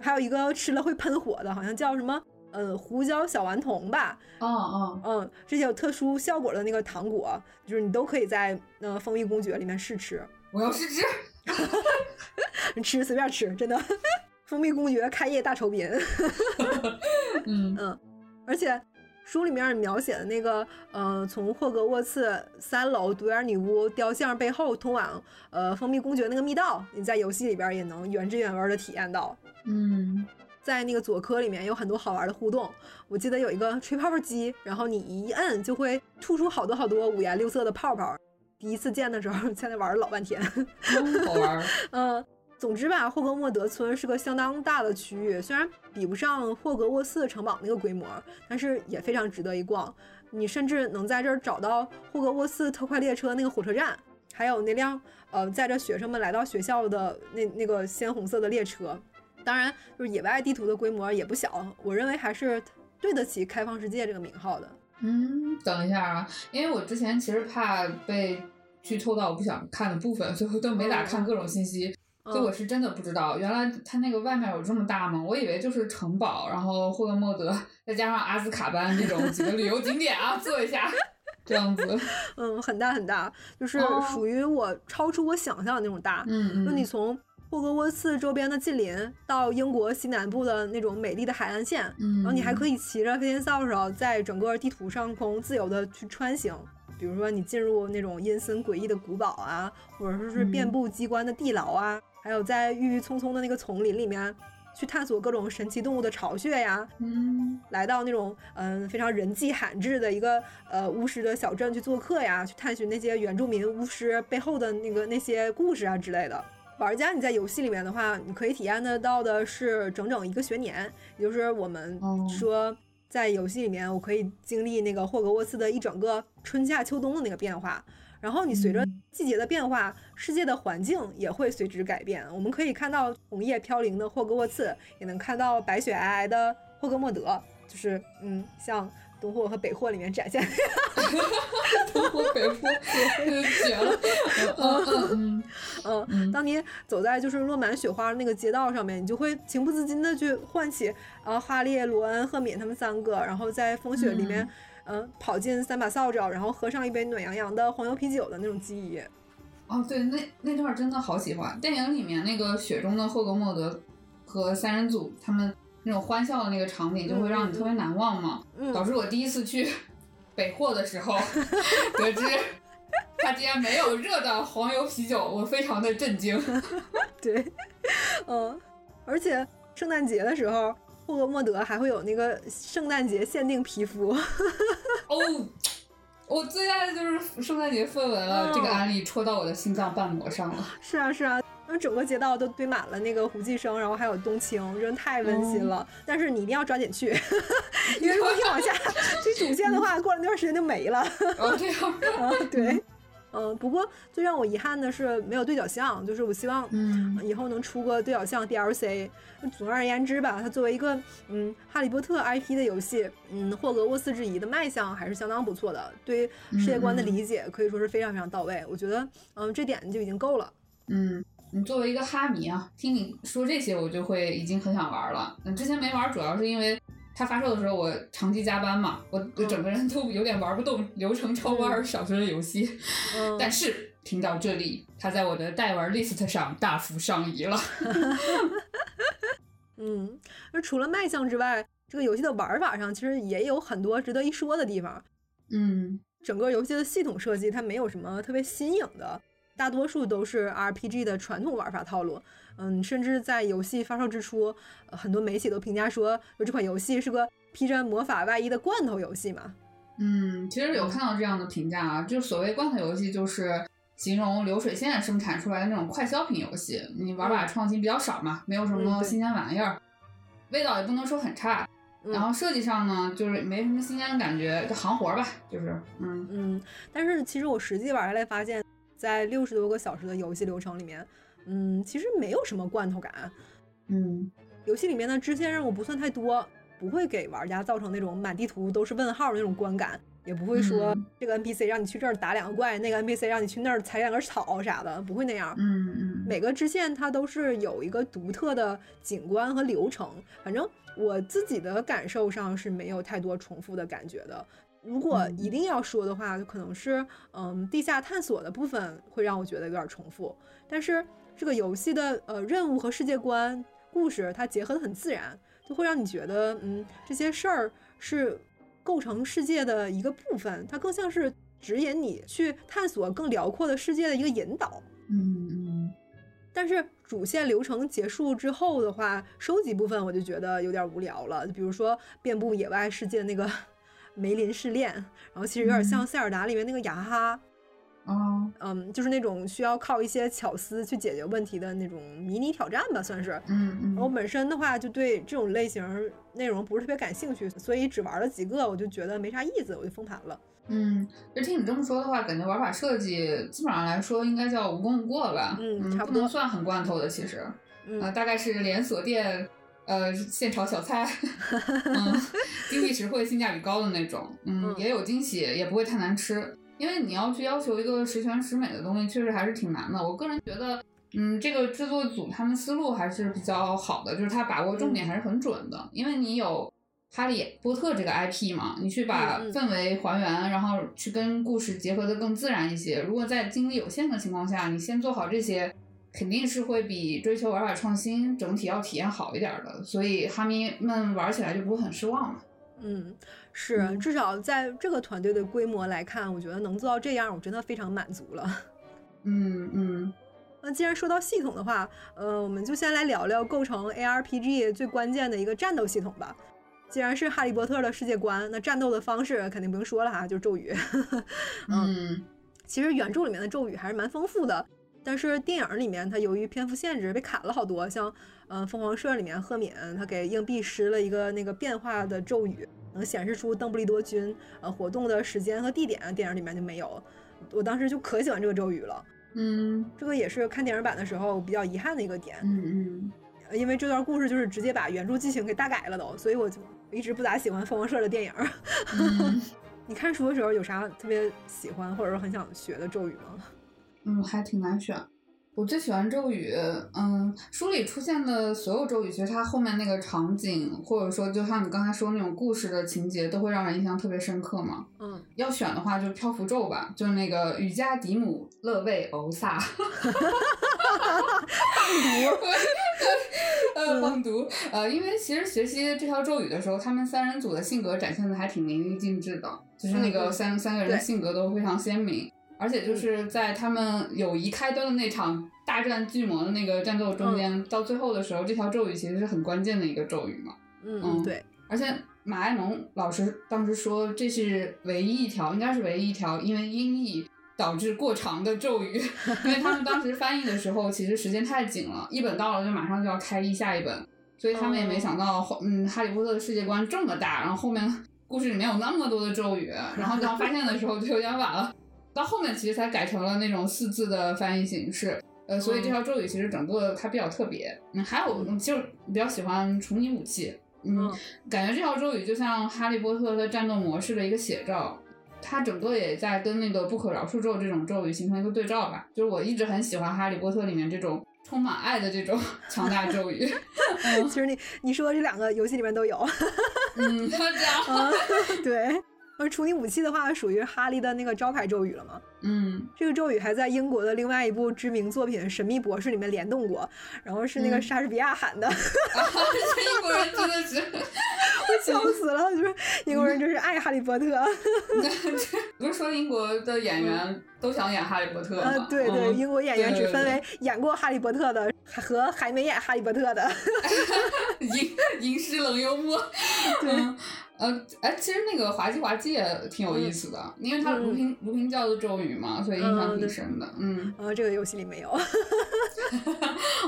S2: 还有一个吃了会喷火的，好像叫什么呃胡椒小顽童吧，
S1: 哦哦，
S2: 嗯，这些有特殊效果的那个糖果，就是你都可以在呃蜂蜜公爵里面试吃，
S1: 我要试吃。
S2: 你 吃随便吃，真的。蜂蜜公爵开业大酬宾，
S1: 嗯
S2: 而且书里面描写的那个呃，从霍格沃茨三楼独眼女巫雕像背后通往呃蜂蜜公爵那个密道，你在游戏里边也能原汁原味的体验到。
S1: 嗯，
S2: 在那个佐科里面有很多好玩的互动，我记得有一个吹泡泡机，然后你一摁就会吐出好多好多五颜六色的泡泡。第一次见的时候， 在那玩了老半天。
S1: 嗯好玩儿。
S2: 嗯，总之吧，霍格莫德村是个相当大的区域，虽然比不上霍格沃茨城堡那个规模，但是也非常值得一逛。你甚至能在这儿找到霍格沃茨特快列车那个火车站，还有那辆呃载着学生们来到学校的那那个鲜红色的列车。当然，就是野外地图的规模也不小，我认为还是对得起“开放世界”这个名号的。
S1: 嗯，等一下啊，因为我之前其实怕被剧透到我不想看的部分，所以我都没咋看各种信息，所以我
S2: 嗯，
S1: 是真的不知道，原来它那个外面有这么大吗？我以为就是城堡，然后霍格莫德，再加上阿兹卡班这种几个旅游景点啊，做一下这样子。
S2: 嗯，很大很大，就是
S1: 哦
S2: 属于我超出我想象的那种大。
S1: 嗯
S2: 就
S1: 嗯，
S2: 你从霍格沃茨周边的近邻到英国西南部的那种美丽的海岸线，
S1: 嗯，
S2: 然哦后你还可
S1: 以，
S2: 以骑着飞天扫帚在整个地图上空自由的去穿行。比如说你进入那种阴森诡异的古堡啊，或者说是遍
S1: 嗯
S2: 布机关的地牢啊，还有在郁郁葱葱的那个丛林里面去探索各种神奇动物的巢穴呀、
S1: 嗯
S2: 来到那种嗯、非常人迹罕至的一个呃巫师的小镇去做客呀，去探寻那些原住民巫师背后的那个那些故事啊之类的。玩家你在游戏里面的话，你可以体验得到的是整整一个学年，也就是我们
S1: 哦
S2: 说在游戏里面，我可以经历那个霍格沃茨的一整个春夏秋冬的那个变化。然后你随着
S1: 嗯
S2: 季节的变化，世界的环境也会随之改变。我们可以看到红叶飘零的霍格沃茨，也能看到白雪皑皑的霍格莫德，就是嗯，像东霍和北霍里面展现。
S1: 东湖北 湖，绝了，嗯嗯嗯
S2: 嗯，
S1: 嗯
S2: 当你走在就是落满雪花那个街道上面，你就会情不自禁的去唤起啊哈利、罗恩、赫敏他们三个，然后在风雪里面，嗯、跑进三把扫帚，然后喝上一杯暖洋洋的黄油啤酒的那种记忆。
S1: 哦，对，那那段儿真的好喜欢。电影里面那个雪中的霍格莫德和三人组他们那种欢笑的那个场景，就会让你特别难忘嘛。
S2: 嗯
S1: 导致我第一次去 北货的时候， 得知他竟然没有热到黄油啤酒，我非常的震惊。哦
S2: 对，嗯，而且圣诞节的时候，霍格莫德还会有那个圣诞节限定皮肤。
S1: 哦，我最爱的就是圣诞节氛围了，
S2: 哦
S1: 这个案例戳到我的心脏瓣膜上了。
S2: 是啊，是啊，因为整个街道都堆满了那个胡寄生，然后还有冬青，真的太温馨了。但是你一定要抓紧去，因为如果你往下去主线的话，过了那段时间就没了。
S1: 哦，这样，
S2: 啊，对，嗯，不过最让我遗憾的是没有对角巷，就是我希望。
S1: 嗯
S2: 以后能出个对角巷 DLC。总而言之吧，它作为一个嗯哈利波特 IP 的游戏，嗯霍格沃茨之遗的卖相还是相当不错的，对世界观的理解可以说是非常非常到位。我觉得嗯这点就已经够了。
S1: 嗯。你作为一个哈迷啊，听你说这些，我就会已经很想玩了。嗯，之前没玩，主要是因为它发售的时候我长期加班嘛，我我整个人都有点玩不动流程超过二十小时的游戏。
S2: 嗯，
S1: 但是听到这里，它在我的代玩 list 上大幅上移了。
S2: 嗯，那除了卖相之外，这个游戏的玩法上其实也有很多值得一说的地方。
S1: 嗯
S2: 整个游戏的系统设计它没有什么特别新颖的，大多数都是 RPG 的传统玩法套路。嗯，甚至在游戏发售之初，呃很多媒体都评价说，就这款游戏是个披着魔法外衣的罐头游戏嘛。
S1: 嗯，其实有看到这样的评价啊，就所谓罐头游戏，就是形容流水线生产出来的那种快消品游戏，你玩法创新比较少嘛，没有什
S2: 嗯
S1: 么
S2: 对
S1: 新鲜玩意儿，味道也不能说很差。
S2: 嗯
S1: 然后设计上呢，就是没什么新鲜感觉，就行活儿吧，就是嗯，
S2: 嗯，但是其实我实际玩下来发现，在六十多个小时的游戏流程里面，嗯，其实没有什么罐头感。
S1: 嗯，
S2: 游戏里面的支线任务不算太多，不会给玩家造成那种满地图都是问号的那种观感，也不会说
S1: 嗯
S2: 这个 NPC 让你去这儿打两个怪，那个 NPC 让你去那儿采两根草啥的，不会那样。
S1: 嗯嗯，
S2: 每个支线它都是有一个独特的景观和流程，反正我自己的感受上是没有太多重复的感觉的。如果
S1: 嗯
S2: 一定要说的话，可能是嗯地下探索的部分会让我觉得有点重复，但是这个游戏的呃任务和世界观故事它结合的很自然，就会让你觉得嗯这些事儿是构成世界的一个部分，它更像是指引你去探索更辽阔的世界的一个引导。
S1: 嗯嗯
S2: 但是主线流程结束之后的话，收集部分我就觉得有点无聊了。比如说遍布野外世界那个 梅林试炼，然后其实有点像塞尔达里面那个雅哈，
S1: 哦
S2: 嗯，就是那种需要靠一些巧思去解决问题的那种迷你挑战吧，算是。
S1: 嗯嗯，
S2: 然后我本身的话，就对这种类型儿内容不是特别感兴趣，所以只玩了几个，我就觉得没啥意思，我就封盘了。
S1: 嗯，就听你这么说的话，感觉玩法设计基本上来说应该叫无功无过吧，
S2: 嗯差不
S1: 不能
S2: 多
S1: 算很罐头的，其实，呃，
S2: 嗯
S1: 大概是连锁店，呃，现炒小 菜，嗯，经济实惠、性价比高的那种，嗯，
S2: 嗯
S1: 也有惊喜，也不会太难吃，因为你要去要求一个十全十美的东西，确实还是挺难的。我个人觉得，嗯，这个制作组他们思路还是比较好的，就是他把握重点
S2: 嗯
S1: 还是很准的，因为你有。哈利波特这个 IP 嘛，你去把
S2: 嗯嗯
S1: 氛围还原，然后去跟故事结合的更自然一些。如果在精力有限的情况下，你先做好这些，肯定是会比追求玩法创新整体要体验好一点儿的。所以哈迷们玩起来就不会很失望了。
S2: 嗯，是，
S1: 嗯
S2: 至少在这个团队的规模来看，我觉得能做到这样，我真的非常满足了。
S1: 嗯嗯
S2: 那既然说到系统的话，呃，我们就先来聊聊构成 ARPG 最关键的一个战斗系统吧。既然是哈利波特的世界观，那战斗的方式肯定不用说了哈，就是咒语。
S1: 嗯
S2: 其实原著里面的咒语还是蛮丰富的，但是电影里面它由于篇幅限制被砍了好多，像嗯、呃凤凰社里面赫敏他给硬币施了一个那个变化的咒语，能显示出邓布利多军呃活动的时间和地点，电影里面就没有。我当时就可喜欢这个咒语了，
S1: 嗯
S2: 这个也是看电影版的时候比较遗憾的一个点。
S1: 嗯
S2: 呃因为这段故事就是直接把原著剧情给大改了都，所以我就一直不咋喜欢凤凰社的电影儿。
S1: 嗯
S2: 你看书的时候有啥特别喜欢或者说很想学的咒语吗？
S1: 嗯，还挺难选。我最喜欢咒语，嗯，书里出现的所有咒语，其实它后面那个场景，或者说就像你刚才说那种故事的情节，都会让人印象特别深刻嘛。
S2: 嗯，
S1: 要选的话，就漂浮咒吧，就那个雨加迪姆勒卫欧萨。
S2: 嗯
S1: 呃，放毒，呃，因为其实学习这条咒语的时候，他们三人组的性格展现的还挺淋漓尽致的，就是那
S2: 嗯
S1: 个
S2: 嗯
S1: 三、三个人
S2: 对嗯
S1: 的性格都非常鲜明，而且就是在他们友谊开端的那场大战巨魔的那个战斗
S2: 嗯
S1: 中间，到最后的时候，这条咒语其实是很关键的一个咒语嘛。
S2: 嗯
S1: 嗯
S2: 对，
S1: 而且马爱萌老师当时说，这是唯一一条，应该是唯一一条，因为音译导致过长的咒语， 因为他们当时翻译的时候，其实时间太紧了，一本到了就马上就要开译下一本，所以他们也没想到，嗯，哈利波特的世界观这么大，然后后面故事里面有那么多的咒语，然后当发现的时候就有点晚了，到后面其实才改成了那种四字的翻译形式。呃，所以这条咒语其实整个它比较特别。嗯，还有嗯就是比较喜欢重拟武器，嗯
S2: 嗯，
S1: 感觉这条咒语就像《哈利波特》的战斗模式的一个写照，它整个也在跟那个不可饶恕咒这种咒语形成一个对照吧。就是我一直很喜欢《哈利波特》里面这种充满爱的这种 强大咒语。
S2: 其实你你说这两个游戏里面都有，
S1: 嗯，他这样，
S2: 啊， 对。而处理武器的话，属于哈利的那个招牌咒语了嘛？
S1: 嗯
S2: 这个咒语还在英国的另外一部知名作品《神秘博士》里面联动过，然后是那个
S1: 嗯
S2: 莎士比亚喊的，
S1: 啊，这英国人真的是。
S2: 我 笑死了，就是英国人真是爱哈利波特。
S1: 不是说英国的演员都想演哈利波特吗？
S2: 啊，对对，
S1: 嗯
S2: 英国演员
S1: 对
S2: 只
S1: 对
S2: 分
S1: 对
S2: 为演过《哈利波特》的和 还没演《哈利波特》的。
S1: 吟吟诗冷幽默。
S2: 对
S1: 嗯呃，哎，其实那个滑稽滑稽也挺有意思的，因为它
S2: 嗯
S1: 如平如平教的咒语嘛，所以印象
S2: 嗯
S1: 挺
S2: 对
S1: 深的。嗯，
S2: 呃，这个游戏里没有，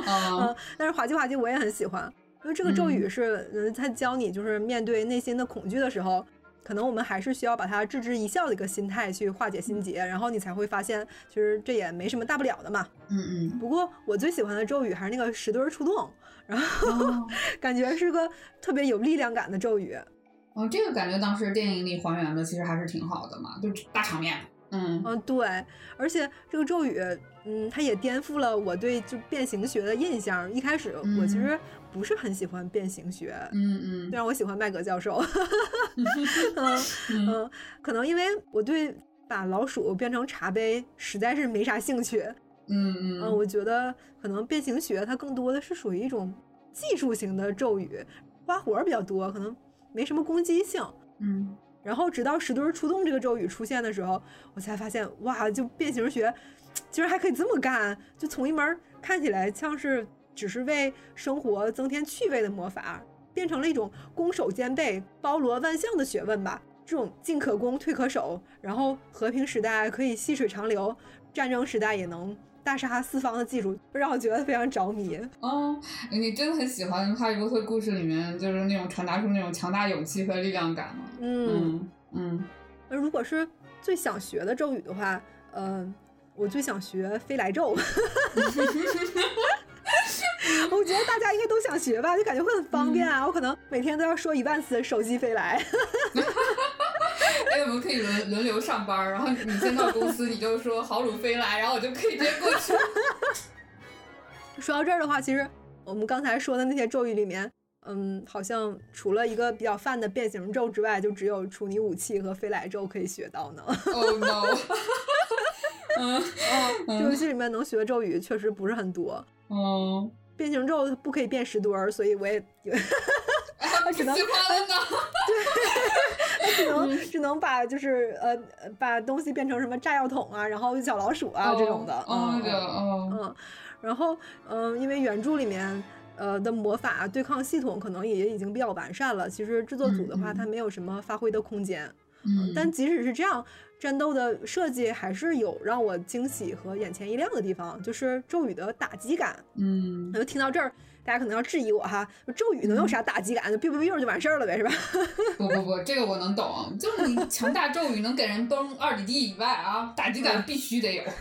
S2: 嗯
S1: 哦，
S2: 但是滑稽滑稽我也很喜欢，因为这个咒语
S1: 嗯
S2: 是，呃，它教你就是面对内心的恐惧的时候，可能我们还是需要把它置之一笑的一个心态去化解
S1: 嗯
S2: 心结，然后你才会发现，其实这也没什么大不了的嘛。
S1: 嗯
S2: 不过我最喜欢的咒语还是那个石墩儿触动，
S1: 嗯，哦，
S2: 感觉是个特别有力量感的咒语。
S1: 哦，这个感觉当时电影里还原的其实还是挺好的嘛，就是大场面。嗯，
S2: 嗯，对，而且这个咒语，嗯，它也颠覆了我对就变形学的印象。一开始我其
S1: 嗯
S2: 实不是很喜欢变形学，
S1: 嗯
S2: 虽然我喜欢麦格 教授，嗯
S1: 嗯 嗯，
S2: 嗯，可能因为我对把老鼠变成茶杯实在是没啥兴趣。
S1: 嗯
S2: 嗯，
S1: 嗯，
S2: 我觉得可能变形学它更多的是属于一种技术型的咒语，花活儿比较多，可能没什么攻击性。
S1: 嗯，
S2: 然后直到石墩儿出动这个咒语出现的时候，我才发现，哇，就变形学居然还可以这么干！就从一门儿看起来像是只是为生活增添趣味的魔法，变成了一种攻守兼备、包罗万象的学问吧。这种进可攻、退可守，然后和平时代可以细水长流，战争时代也能大杀四方的技术，让我觉得非常着迷。
S1: 哦，你真的很喜欢《哈利波特》故事里面就是那种传达出那种强大勇气和力量感嘛。
S2: 嗯
S1: 嗯嗯，
S2: 那呃如果是最想学的咒语的话，嗯、我最想学飞来咒。 我觉得大家应该都想学吧，就感觉会很方便啊。我可能每天都要说一万次手机飞来，
S1: 哎，我们可以轮轮流上班儿，然后你先到公司，你就说好鲁飞来，然后我就可以直接过去。
S2: 说到这儿的话，其实我们刚才说的那些咒语里面，嗯，好像除了一个比较泛的变形咒之外，就只有处女武器和飞来咒可以学到呢。
S1: Oh no！嗯
S2: 这游戏里面能学的咒语确实不是很多。
S1: 哦，
S2: 变形咒不可以变石墩儿，所以我也
S1: 我
S2: 只能
S1: 喜欢了呢。
S2: 只
S1: 嗯
S2: 能只能把就是呃呃把东西变成什么炸药桶啊，然后小老鼠啊、这种的。
S1: 哦，
S2: 嗯
S1: 那个
S2: 嗯
S1: 哦，
S2: 嗯，然后嗯、因为原著里面呃的魔法对抗系统可能也已经比较完善了，其实制作组的话，
S1: 嗯嗯
S2: 它没有什么发挥的空间。
S1: 嗯，
S2: 但即使是这样，战斗的设计还是有让我惊喜和眼前一亮的地方，就是咒语的打击感。
S1: 嗯
S2: 那就听到这儿，大家可能要质疑我哈，咒语能
S1: 嗯
S2: 有啥打击感？就 biu biu biu 就完事儿了呗，是吧？
S1: 不不不，这个我能懂，就是你强大咒语能给人崩二里地以外啊，打击
S2: 嗯
S1: 感必须得有。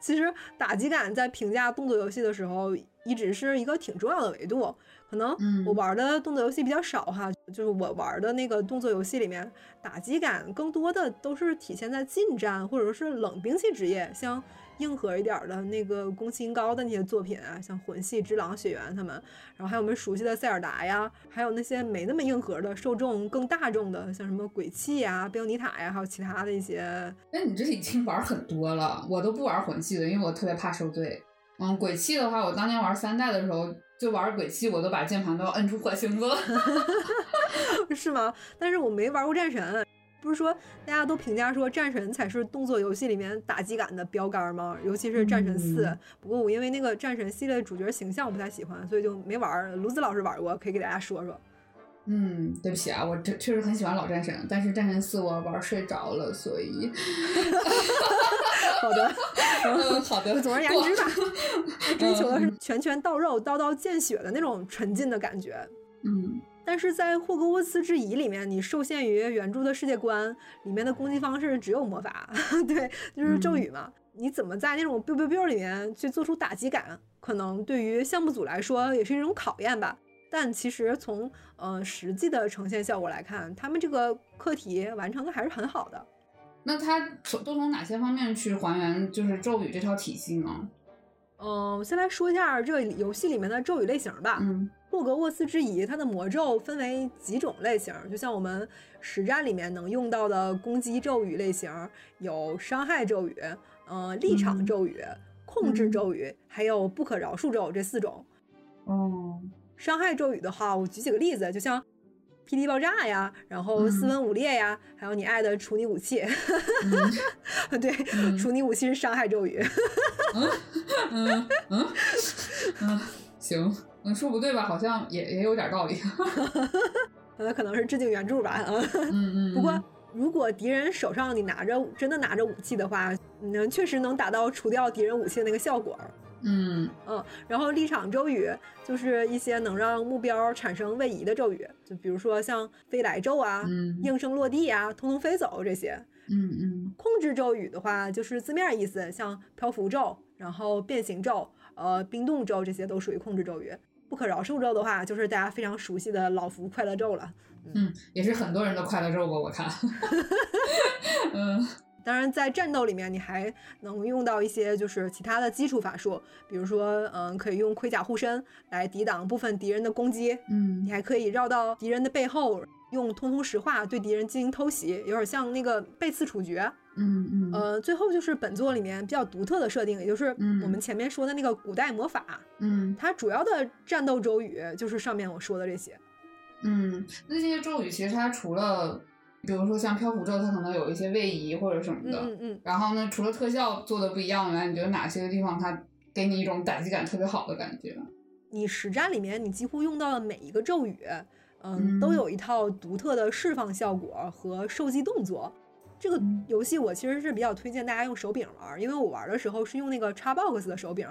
S2: 其实打击感在评价动作游戏的时候，一直是一个挺重要的维度。可能
S1: 嗯
S2: 我玩的动作游戏比较少哈，就是我玩的那个动作游戏里面，打击感更多的都是体现在近战或者是冷兵器职业，像硬核一点儿的那个宫崎英高的那些作品啊，像魂系之狼、雪原他们，然后还有我们熟悉的塞尔达呀，还有那些没那么硬核的、受众更大众的，像什么鬼泣呀、贝欧尼塔呀，还有其他的一些
S1: 那你这已经玩很多了，我都不玩魂系的，因为我特别怕受罪。嗯，鬼泣的话，我当年玩三代的时候，就玩鬼泣，我都把键盘都要摁出火星子了。
S2: 是吗？但是我没玩过战神，不是说大家都评价说战神才是动作游戏里面打击感的标杆吗？尤其是战神四、
S1: 嗯
S2: 不过我因为那个战神系列主角形象我不太喜欢，所以就没玩儿。卢子老师玩过，可以给大家说说。
S1: 嗯，对不起啊，我这确实很喜欢老战神，但是战神四我玩睡着了，所以，
S2: 好的，
S1: 嗯，好的，
S2: 就总而言
S1: 过
S2: 之吧，追求的是拳拳到肉、刀刀见血的那种沉浸的感觉。
S1: 嗯
S2: 但是在《霍格沃茨之遗》里面，你受限于原著的世界观，里面的攻击方式只有魔法， 对，就是咒语嘛。你怎么在那种 biu biu biu 里面去做出打击感？可能对于项目组来说也是一种考验吧。但其实从呃实际的呈现效果来看，他们这个课题完成的还是很好的。
S1: 那它从都从哪些方面去还原就是咒语这套体系呢？
S2: 嗯，先来说一下这个游戏里面的咒语类型吧。
S1: 嗯
S2: 霍格沃茨之遗，它的魔咒分为几种类型，就像我们实战里面能用到的攻击咒语类型，有伤害咒语、嗯、呃、立场
S1: 嗯
S2: 咒语、控制
S1: 嗯
S2: 咒语，还有不可饶恕咒这四种。
S1: 哦
S2: 伤害咒语的话，我举几个例子，就像霹雳爆炸呀，然后斯
S1: 嗯
S2: 文五裂呀，还有你爱的处女武器。
S1: 嗯
S2: 对，
S1: 嗯
S2: 处女武器是伤害咒语。
S1: 嗯 嗯 嗯，行，嗯，说不对吧？好像也也有点道理。
S2: 呃，可能是致敬原著吧啊。
S3: 嗯嗯。
S2: 不过
S3: 嗯，
S2: 如果敌人手上你拿着真的拿着武器的话，嗯，确实能达到除掉敌人武器的那个效果儿。
S3: 嗯，
S2: 嗯，然后立场咒语就是一些能让目标产生位移的咒语，就比如说像飞来咒啊、
S3: 嗯
S2: 应声落地啊、通通飞走这些。
S3: 嗯嗯
S2: 控制咒语的话，就是字面意思，像漂浮咒，然后变形咒，呃，冰冻咒，这些都属于控制咒语。不可饶恕咒的话，就是大家非常熟悉的老福快乐咒了。
S3: 嗯，也是很多人的快乐咒吧，我看。嗯
S2: 当然，在战斗里面，你还能用到一些就是其他的基础法术，比如说，嗯，可以用盔甲护身来抵挡部分敌人的攻击，你
S3: 嗯
S2: 还可以绕到敌人的背后，用通通石化对敌人进行偷袭，有点像那个背刺处决。
S3: 嗯嗯
S2: 呃，最后就是本作里面比较独特的设定，也就是
S3: 嗯
S2: 我们前面说的那个古代魔法，
S3: 嗯
S2: 它主要的战斗咒语就是上面我说的这些。
S3: 嗯，那这些咒语其实它除了，比如说像漂浮咒，它可能有一些位移或者什么
S2: 嗯
S3: 的。
S2: 嗯嗯，
S3: 然后呢，除了特效做的不一样以外，你觉得哪些地方它给你一种打击感特别好的感觉？
S2: 你实战里面你几乎用到的每一个咒语，嗯，都
S3: 嗯
S2: 有一套独特的释放效果和受击动作。这个
S3: 嗯
S2: 游戏我其实是比较推荐大家用手柄玩儿，因为我玩儿的时候是用那个 Xbox 的手柄，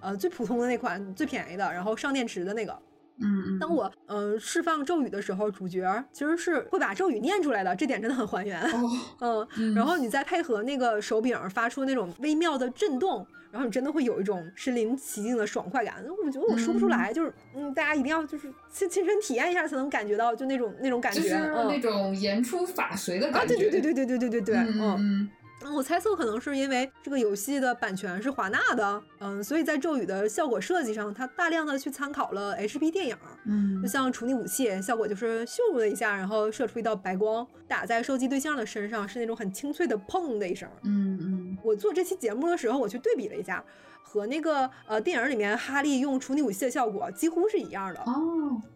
S2: 呃，最普通的那款，最便宜的，然后上电池的那个。
S3: 嗯嗯，
S2: 当我嗯、呃释放咒语的时候，主角其实是会把咒语念出来的，这点真的很还原。
S3: 哦，
S2: 嗯，
S3: 嗯
S2: 然后你再配合那个手柄发出那种微妙的震动，然后你真的会有一种身临其境的爽快感。我觉得我说不出来，就是嗯，大家一定要就是亲亲身体验一下才能感觉到，就那种那种感
S3: 就
S2: 觉，
S3: 是那
S2: 嗯。
S3: 种言出法随的
S2: 啊，
S3: 感觉。
S2: 对对对对对对对对对，
S3: 嗯嗯
S2: 嗯，我猜测可能是因为这个游戏的版权是华纳的，嗯，所以在咒语的效果设计上，它大量的去参考了 HP 电影，
S3: 嗯
S2: 就像处理武器，效果就是咻的一下，然后射出一道白光，打在受击对象的身上，是那种很清脆的砰的一声。
S3: 嗯嗯
S2: 我做这期节目的时候，我去对比了一下，和那个呃电影里面哈利用处理武器的效果几乎是一样的。
S3: 哦，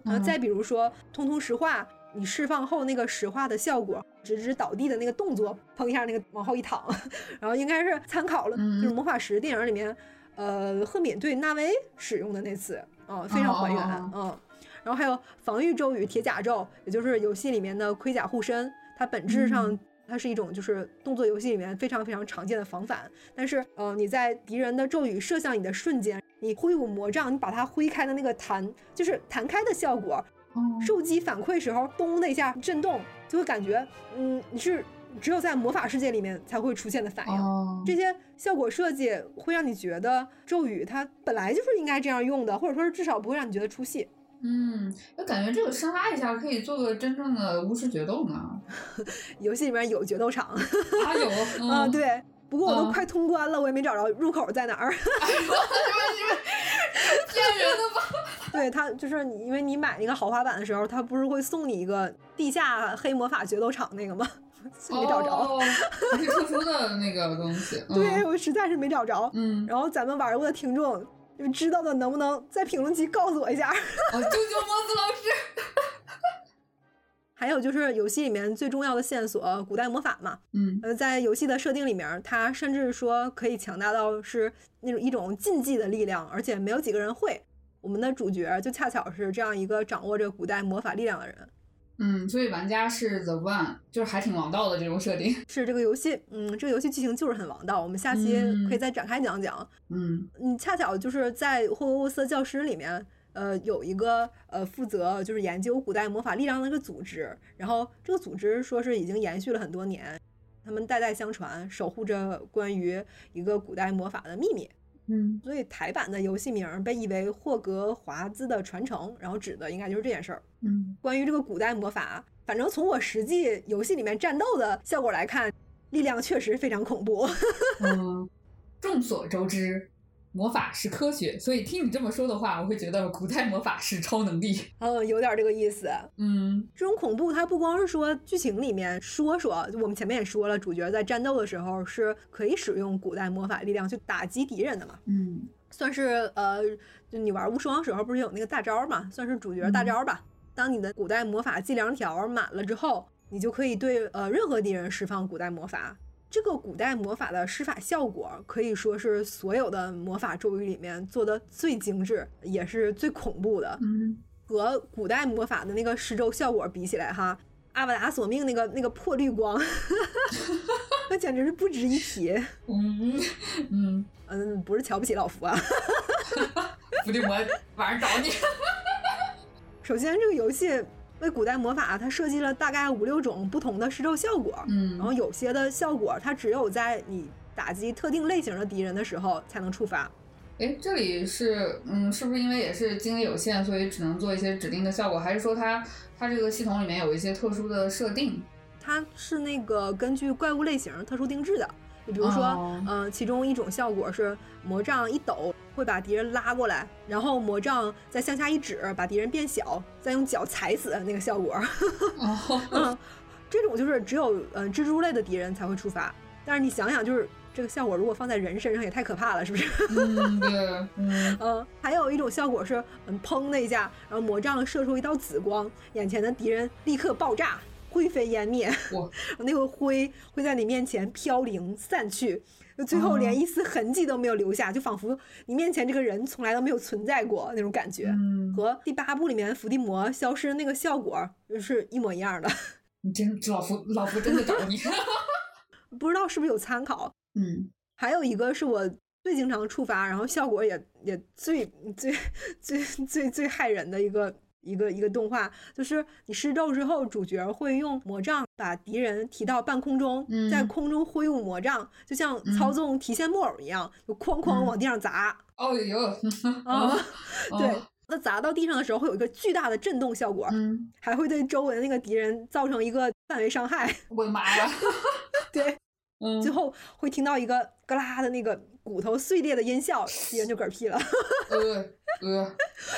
S2: 然后
S3: 嗯
S2: 再比如说通通石化，你释放后那个石化的效果，直直倒地的那个动作，砰一下那个往后一躺， 然后应该是参考了
S3: 嗯
S2: 就是魔法石电影里面，呃，赫敏对纳威使用的那次，啊、非常还原，
S3: 哦
S2: 嗯、然后还有防御咒语铁甲咒，也就是游戏里面的盔甲护身，它本质上
S3: 嗯
S2: 它是一种就是动作游戏里面非常非常常见的防反，但是呃你在敌人的咒语射向你的瞬间，你挥舞魔杖，你把它挥开的那个弹，就是弹开的效果，
S3: 哦
S2: 受击反馈时候咚的一下震动，就会感觉嗯你是只有在魔法世界里面才会出现的反应。
S3: 哦，
S2: 这些效果设计会让你觉得咒语它本来就是应该这样用的，或者说是至少不会让你觉得出戏。
S3: 嗯，就感觉这个深挖一下可以做个真正的巫师决斗呢。
S2: 游戏里面有决斗场
S3: 啊有嗯
S2: 啊，对。不过我都
S3: 嗯
S2: 快通关了，我也没找着入口在 哪儿。
S3: 骗人的 吧？
S2: 对它就是你，因为你买那个豪华版的时候，它不是会送你一个地下黑魔法决斗场那个吗？ 所以没找着。
S3: 哦，还是特殊的那个东 西。嗯
S2: 对，我实在是没找着。
S3: 嗯，
S2: 然后咱们玩过的听众，就知道的能不能在评论区告诉我一下？
S3: 哦，救救莫子老师。
S2: 还有就是游戏里面最重要的线索，古代魔法嘛，
S3: 嗯
S2: 呃，在游戏的设定里面，它甚至说可以强大到是那种一种禁忌的力量，而且没有几个人会。我们的主角就恰巧是这样一个掌握着古代魔法力量的人，
S3: 嗯，所以玩家是 The One，就是还挺王道的这种设定。
S2: 是这个游戏，嗯，这个游戏剧情就是很王道。我们下期
S3: 嗯
S2: 可以再展开讲讲。
S3: 嗯
S2: 嗯，恰巧就是在霍格沃茨的教师里面，呃，有一个呃负责就是研究古代魔法力量的一个组织，然后这个组织说是已经延续了很多年，他们代代相传，守护着关于一个古代魔法的秘密。
S3: 嗯
S2: 所以台版的游戏名儿被译为霍格华兹的传承，然后指的应该就是这件事儿。
S3: 嗯
S2: 关于这个古代魔法，反正从我实际游戏里面战斗的效果来看，力量确实非常恐怖。
S3: 嗯，众所周知。魔法是科学，所以听你这么说的话，我会觉得古代魔法是超能力。
S2: 嗯，有点这个意思。
S3: 嗯
S2: 这种恐怖，它不光是说剧情里面说说，就我们前面也说了，主角在战斗的时候是可以使用古代魔法力量去打击敌人的嘛，
S3: 嗯
S2: 算是呃，就你玩无双时候不是有那个大招嘛，算是主角大招吧。当你的古代魔法计量条满了之后，你就可以对呃任何敌人释放古代魔法。这个古代魔法的施法效果可以说是所有的魔法咒语里面做的最精致，也是最恐怖的。
S3: 嗯
S2: 和古代魔法的那个施咒效果比起来哈，阿瓦达索命那个那个破绿光， 那简直是不值一提。
S1: 嗯嗯，
S2: 嗯，不是瞧不起老福啊。
S1: 伏地魔晚上找你。
S2: 首先，这个游戏为古代魔法它设计了大概五六种不同的施咒效果，
S1: 嗯，
S2: 然后有些的效果它只有在你打击特定类型的敌人的时候才能触发。
S1: 哎，这里是，嗯，是不是因为也是精力有限，所以只能做一些指定的效果，还是说它它这个系统里面有一些特殊的设定？
S2: 它是那个根据怪物类型特殊定制的。你比如说，
S1: 哦
S2: 嗯、其中一种效果是魔杖一抖会把敌人拉过来，然后魔杖再向下一指把敌人变小，再用脚踩死那个效果。
S1: 哦，
S2: 嗯，这种就是只有呃蜘蛛类的敌人才会触发。但是你想想，就是这个效果如果放在人身上也太可怕了，是 不是？
S1: 嗯，对，嗯，
S2: 嗯，还有一种效果是，嗯，砰的一下，然后魔杖射出一道紫光，眼前的敌人立刻爆炸，灰飞烟灭
S1: 哇。
S2: 那个灰会在你面前飘零散去，就最后连一丝痕迹都没有留下，就仿佛你面前这个人从来都没有存在过那种感觉。
S1: 嗯，
S2: 和第八部里面伏地魔消失那个效果就是一模一样的，
S1: 你真老福老福真的找你。
S2: 不知道是不是有参考。
S1: 嗯，
S2: 还有一个是我最经常触发，然后效果也也最最最最最害人的一个一个一个动画，就是你施咒之后，主角会用魔杖把敌人提到半空中，
S1: 嗯
S2: 在空中挥舞魔杖，就像操纵提线木偶一样，就哐哐
S1: 嗯
S2: 往地上砸
S1: 哦有，
S2: 啊
S1: 哦，
S2: 对。那砸到地上的时候会有一个巨大的震动效果，
S1: 嗯，
S2: 还会对周围的那个敌人造成一个范围伤害。
S1: 我的妈呀，
S2: 对，
S1: 嗯，
S2: 最后会听到一个嘎啦的那个骨头碎裂的音效，敌人就嗝屁了。
S1: 呃呃，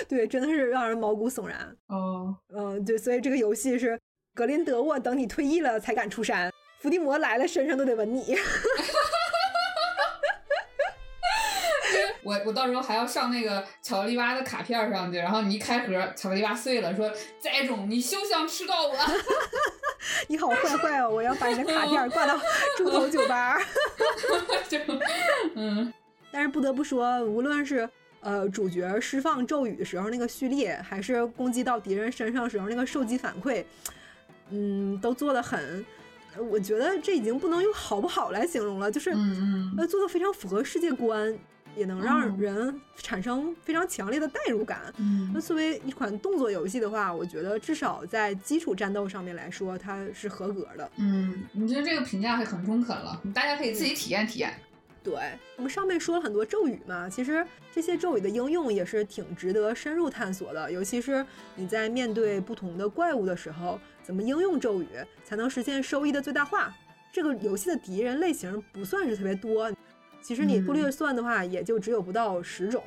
S2: 对，真的是让人毛骨悚然。
S1: 哦，
S2: 嗯，对，所以这个游戏是格林德沃等你退役了才敢出山，伏地魔来了身上都得吻你。
S1: 我我到时候还要上那个巧克力蛙的卡片儿上去，然后你一开盒，巧克力蛙碎了，说栽种，你休想吃 到我。
S2: 你好坏坏哦，我要把你的卡片挂到猪头酒吧。
S1: 就嗯
S2: 但是不得不说，无论是呃主角释放咒语时候那个序列，还是攻击到敌人身上时候那个受击反馈，嗯，都做得很。呃我觉得这已经不能用好不好来形容了，就是
S1: 嗯
S2: 呃，做的非常符合世界观，也能让
S1: 嗯
S2: 人产生非常强烈的代入感。那
S1: 嗯
S2: 作为一款动作游戏的话，我觉得至少在基础战斗上面来说，它是合格的。
S1: 嗯，你觉得这个评价还很中肯了，大家可以自己体验体验。
S2: 对我们上面说了很多咒语嘛，其实这些咒语的应用也是挺值得深入探索的，尤其是你在面对不同的怪物的时候，怎么应用咒语才能实现收益的最大化。这个游戏的敌人类型不算是特别多，其实你不
S1: 嗯
S2: 略算的话，也就只有不到十种，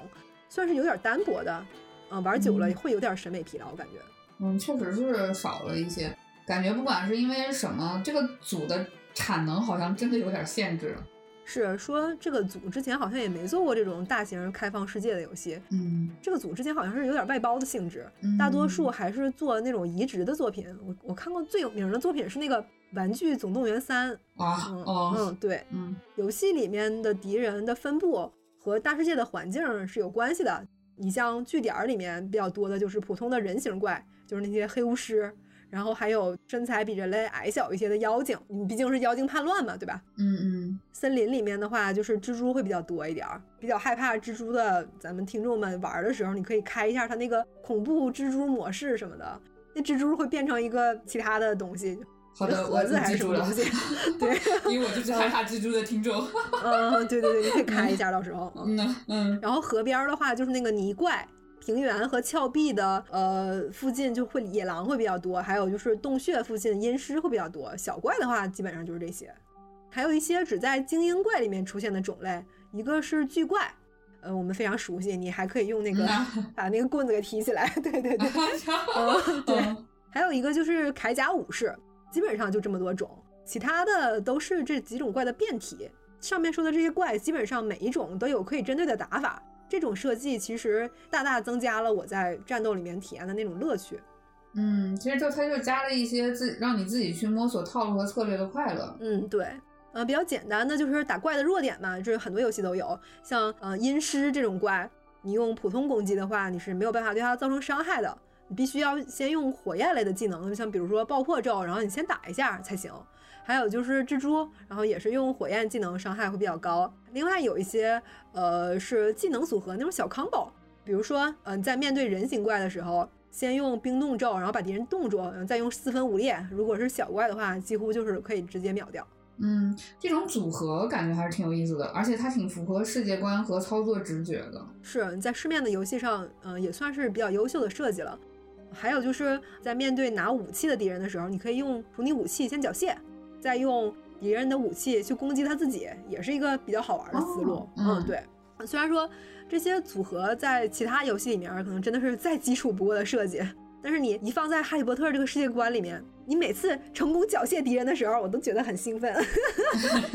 S2: 算是有点单薄的。嗯，玩久了
S1: 嗯
S2: 会有点审美疲劳，感觉。
S1: 嗯，确实是少了一些，感觉不管是因为什么，这个组的产能好像真的有点限制了。
S2: 是说这个组之前好像也没做过这种大型开放世界的游戏，
S1: 嗯，
S2: 这个组之前好像是有点外包的性质，大多数还是做那种移植的作品。我我看过最有名的作品是那个《玩具总动员三》，
S1: 啊
S2: 嗯
S1: 哦
S2: 嗯，对，
S1: 嗯
S2: 游戏里面的敌人的分布和大世界的环境是有关系的。你像据点儿里面比较多的就是普通的人形怪，就是那些黑巫师，然后还有身材比人类矮小一些的妖精，你毕竟是妖精叛乱嘛，对吧？
S1: 嗯
S2: 森林里面的话，就是蜘蛛会比较多一点儿，比较害怕蜘蛛的。咱们听众们玩儿的时候，你可以开一下它那个恐怖蜘蛛模式什么的，那蜘蛛会变成一个其他的东西，
S1: 嗯，好的，我
S2: 盒子
S1: 我
S2: 还
S1: 记
S2: 是什
S1: 住
S2: 么
S1: 了
S2: 东，西。 对，
S1: 因为我就是害怕蜘蛛的听众。
S3: 哦
S2: 嗯，对对对，你可以开一下，到时候。嗯，
S1: 嗯嗯
S2: 然后河边儿的话，就是那个泥怪。平原和峭壁的呃附近就会野狼会比较多，还有就是洞穴附近阴尸会比较多。小怪的话，基本上就是这些，还有一些只在精英怪里面出现的种类，一个是巨怪，呃，我们非常熟悉，你还可以用那个、
S1: 嗯啊
S2: 把那个棍子给提起来， 对对对，
S3: 哦
S2: 嗯对。
S1: 嗯
S2: 还有一个就是铠甲武士，基本上就这么多种，其他的都是这几种怪的变体。上面说的这些怪，基本上每一种都有可以针对的打法。这种设计其实大大增加了我在战斗里面体验的那种乐趣。
S1: 嗯，其实就它就加了一些自让你自己去摸索套路和策略的快乐。
S2: 嗯，对，呃，比较简单的就是打怪的弱点嘛，就是很多游戏都有，像呃阴尸这种怪，你用普通攻击的话，你是没有办法对它造成伤害的。你必须要先用火焰类的技能，像比如说爆破咒，然后你先打一下才行。还有就是蜘蛛，然后也是用火焰技能伤害会比较高。另外有一些呃是技能组合那种小 combo，比如说嗯、呃、在面对人形怪的时候，先用冰冻咒，然后把敌人冻住，然后再用四分五裂。如果是小怪的话，几乎就是可以直接秒掉。
S3: 嗯，这种组合感觉还是挺有意思的，而且它挺符合世界观和操作直觉的。
S2: 是在市面的游戏上，嗯、也算是比较优秀的设计了。还有就是在面对拿武器的敌人的时候，你可以用处理武器先缴械，再用敌人的武器去攻击他自己，也是一个比较好玩的思路。
S3: 哦
S2: 嗯，
S3: 嗯
S2: 对。虽然说这些组合在其他游戏里面可能真的是再基础不过的设计，但是你一放在《哈利波特》这个世界观里面，你每次成功缴械敌人的时候，我都觉得很兴奋。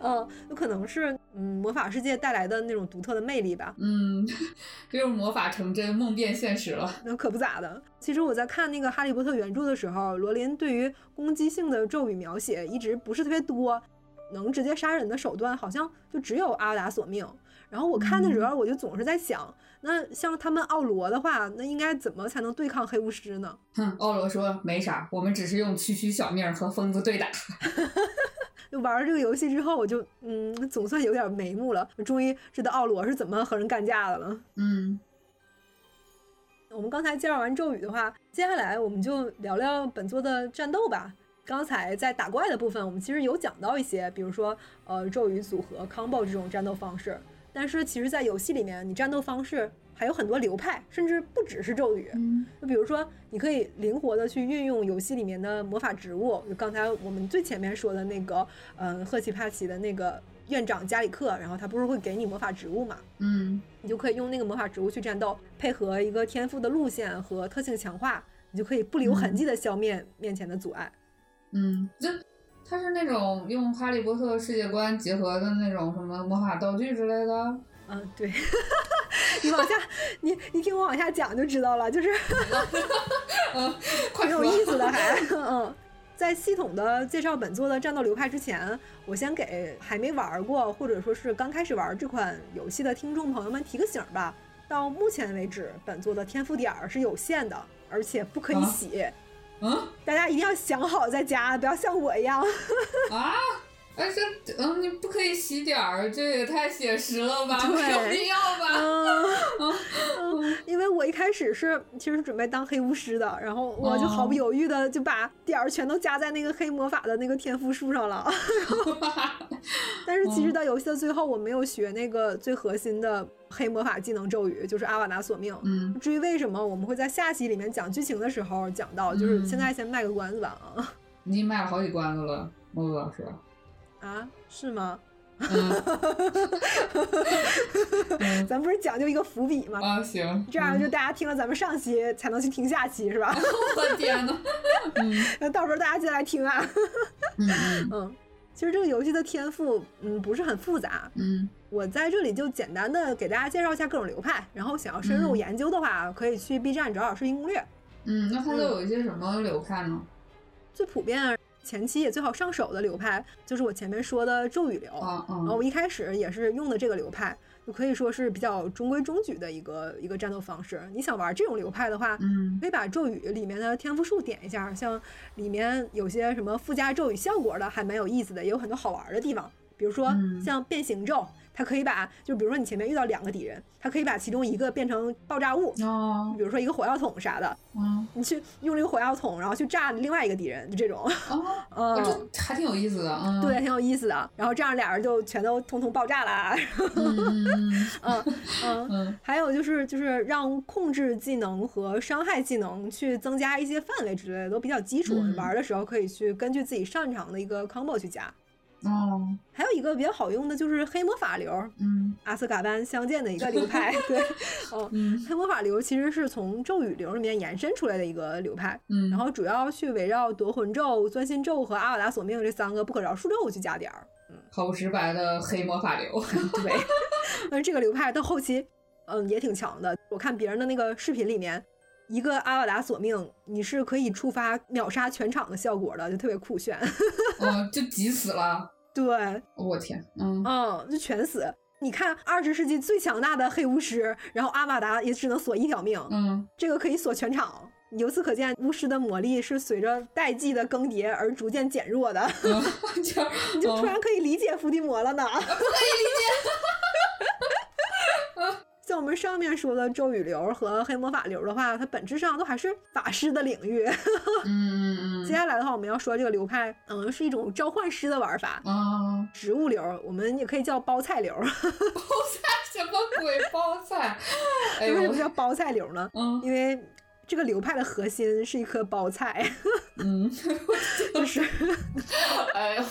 S2: 嗯，有可能是嗯魔法世界带来的那种独特的魅力吧。
S3: 嗯， 这种魔法成真，梦变现实了。
S2: 那可不咋的。其实我在看那个《哈利波特》原著的时候，罗琳对于攻击性的咒语描写一直不是特别多，能直接杀人的手段好像就只有阿达索命。然后我看的时候，我就总是在想，那像他们奥罗的话，那应该怎么才能对抗黑巫师呢？
S3: 哼，奥罗说没啥，我们只是用区区小命儿和疯子对打。
S2: 就玩了这个游戏之后，我就嗯，总算有点眉目了，我终于知道奥罗是怎么和人干架的了。
S3: 嗯
S2: 我们刚才介绍完咒语的话，接下来我们就聊聊本作的战斗吧。刚才在打怪的部分，我们其实有讲到一些，比如说呃咒语组合、combo 这种战斗方式。但是其实，在游戏里面，你战斗方式还有很多流派，甚至不只是咒语。
S3: 嗯
S2: 就比如说，你可以灵活的去运用游戏里面的魔法植物，就刚才我们最前面说的那个，嗯、赫奇帕奇的那个院长加里克，然后他不是会给你魔法植物嘛？
S3: 嗯
S2: 你就可以用那个魔法植物去战斗，配合一个天赋的路线和特性强化，你就可以不留痕迹的消灭面前的阻碍。
S3: 嗯，就它是那种用哈利波特世界观结合的那种什么魔法道具之类的。
S2: 嗯， 对，你往下，你你听我往下讲就知道了，就是
S3: 嗯，快
S2: 挺有
S3: 说。
S2: 意思的还， 嗯。在系统的介绍本作的战斗流派之前，我先给还没玩过或者说是刚开始玩这款游戏的听众朋友们提个醒儿吧。到目前为止，本作的天赋点儿是有限的，而且不可以
S3: 啊
S2: 洗，
S3: 嗯
S2: 大家一定要想好再加，不要像我一样
S3: 啊。哎，这嗯，你不可以洗点儿，这也太写实了吧？
S2: 对
S3: 没有必要吧？
S2: 嗯，嗯 因为我一开始是其实准备当黑巫师的，然后我就
S3: 哦
S2: 毫不犹豫的就把点儿全都加在那个黑魔法的那个天赋树上了。 但是
S3: 嗯
S2: 其实到游戏的最后，我没有学那个最核心的黑魔法技能咒语，就是阿瓦达索命。
S3: 嗯，
S2: 至于为什么，我们会在下期里面讲剧情的时候讲到，就是
S3: 嗯
S2: 现在先卖个关子吧啊
S3: 你已经卖了好几关子了，莫子老师。
S2: 啊，是吗？
S3: 嗯，嗯
S2: 咱不是讲究一个伏笔吗？
S3: 啊，行，
S2: 这
S3: 嗯
S2: 样就大家听了咱们上期才能去听下期是吧？
S3: 我的天呐，嗯
S2: 那到时候大家记得来听啊。
S3: 嗯
S2: 嗯，其实这个游戏的天赋，嗯，不是很复杂。
S3: 嗯
S2: 我在这里就简单的给大家介绍一下各种流派，然后想要深入
S3: 嗯
S2: 研究的话，可以去 B 站找找视频攻略。
S3: 嗯，那它都有一些什么流派呢？
S2: 最普遍、前期也最好上手的流派，就是我前面说的咒语流。
S1: 哦
S3: 啊
S2: 然后
S3: 啊
S2: 我一开始也是用的这个流派，就可以说是比较中规中矩的一个一个战斗方式。你想玩这种流派的话，
S3: 嗯
S2: 可以把咒语里面的天赋树点一下，像里面有些什么附加咒语效果的，还蛮有意思的，也有很多好玩的地方。比如说
S3: 嗯
S2: 像变形咒，它可以把，就比如说你前面遇到两个敌人，它可以把其中一个变成爆炸物，
S3: 哦
S2: 比如说一个火药桶啥的，
S3: 嗯
S2: 你去用这个火药桶，然后去炸另外一个敌人，就这种，
S3: 哦，
S2: 嗯，
S3: 这还挺有意思的，嗯，
S2: 对，，挺有意思的。然后这样俩人就全都通通爆炸啦，
S3: 嗯
S2: 嗯嗯。
S3: 嗯
S2: 还有就是就是让控制技能和伤害技能去增加一些范围之类的，都比较基础。
S3: 嗯
S2: 玩的时候可以去根据自己擅长的一个 combo 去加。
S3: 嗯哦
S2: 还有一个比较好用的就是黑魔法流，
S3: 嗯
S2: 阿斯卡班相见的一个流派。 对，哦
S3: 嗯
S2: 黑魔法流其实是从咒语流里面延伸出来的一个流派，
S3: 嗯，
S2: 然后主要去围绕夺魂咒、钻心咒和阿瓦达索命这三个不可饶恕咒去加点儿。
S3: 毫不直白的黑魔法 流，
S2: 对， 但是这个流派到后期，嗯，也挺强的。我看别人的那个视频里面，一个阿瓦达索命，你是可以触发秒杀全场的效果的，就特别酷炫。
S3: 嗯哦，就急死了，
S2: 对，
S3: 我天，嗯
S2: 嗯，就全死。你看，二十世纪最强大的黑巫师，然后阿瓦达也只能锁一条命，
S3: 嗯，
S2: 这个可以锁全场。由此可见，巫师的魔力是随着代际的更迭而逐渐减弱的。
S3: 嗯 就是
S2: 你就突
S3: 嗯
S2: 然可以理解伏地魔了呢？可以理解。 像我们上面说的咒语流和黑魔法流的话，它本质上都还是法师的领域。
S3: 嗯
S2: 接
S3: 嗯
S2: 下来的话，我们要说这个流派，嗯，是一种召唤师的玩法，
S3: 嗯， 啊，
S2: 植物流，我们也可以叫包菜流。
S3: 什么鬼包菜？哎
S2: 为什
S3: 呦
S2: 么，叫包菜流呢？
S3: 嗯
S2: 因为这个流派的核心是一颗包菜，
S3: 嗯，
S2: 就是，
S3: 哎呦，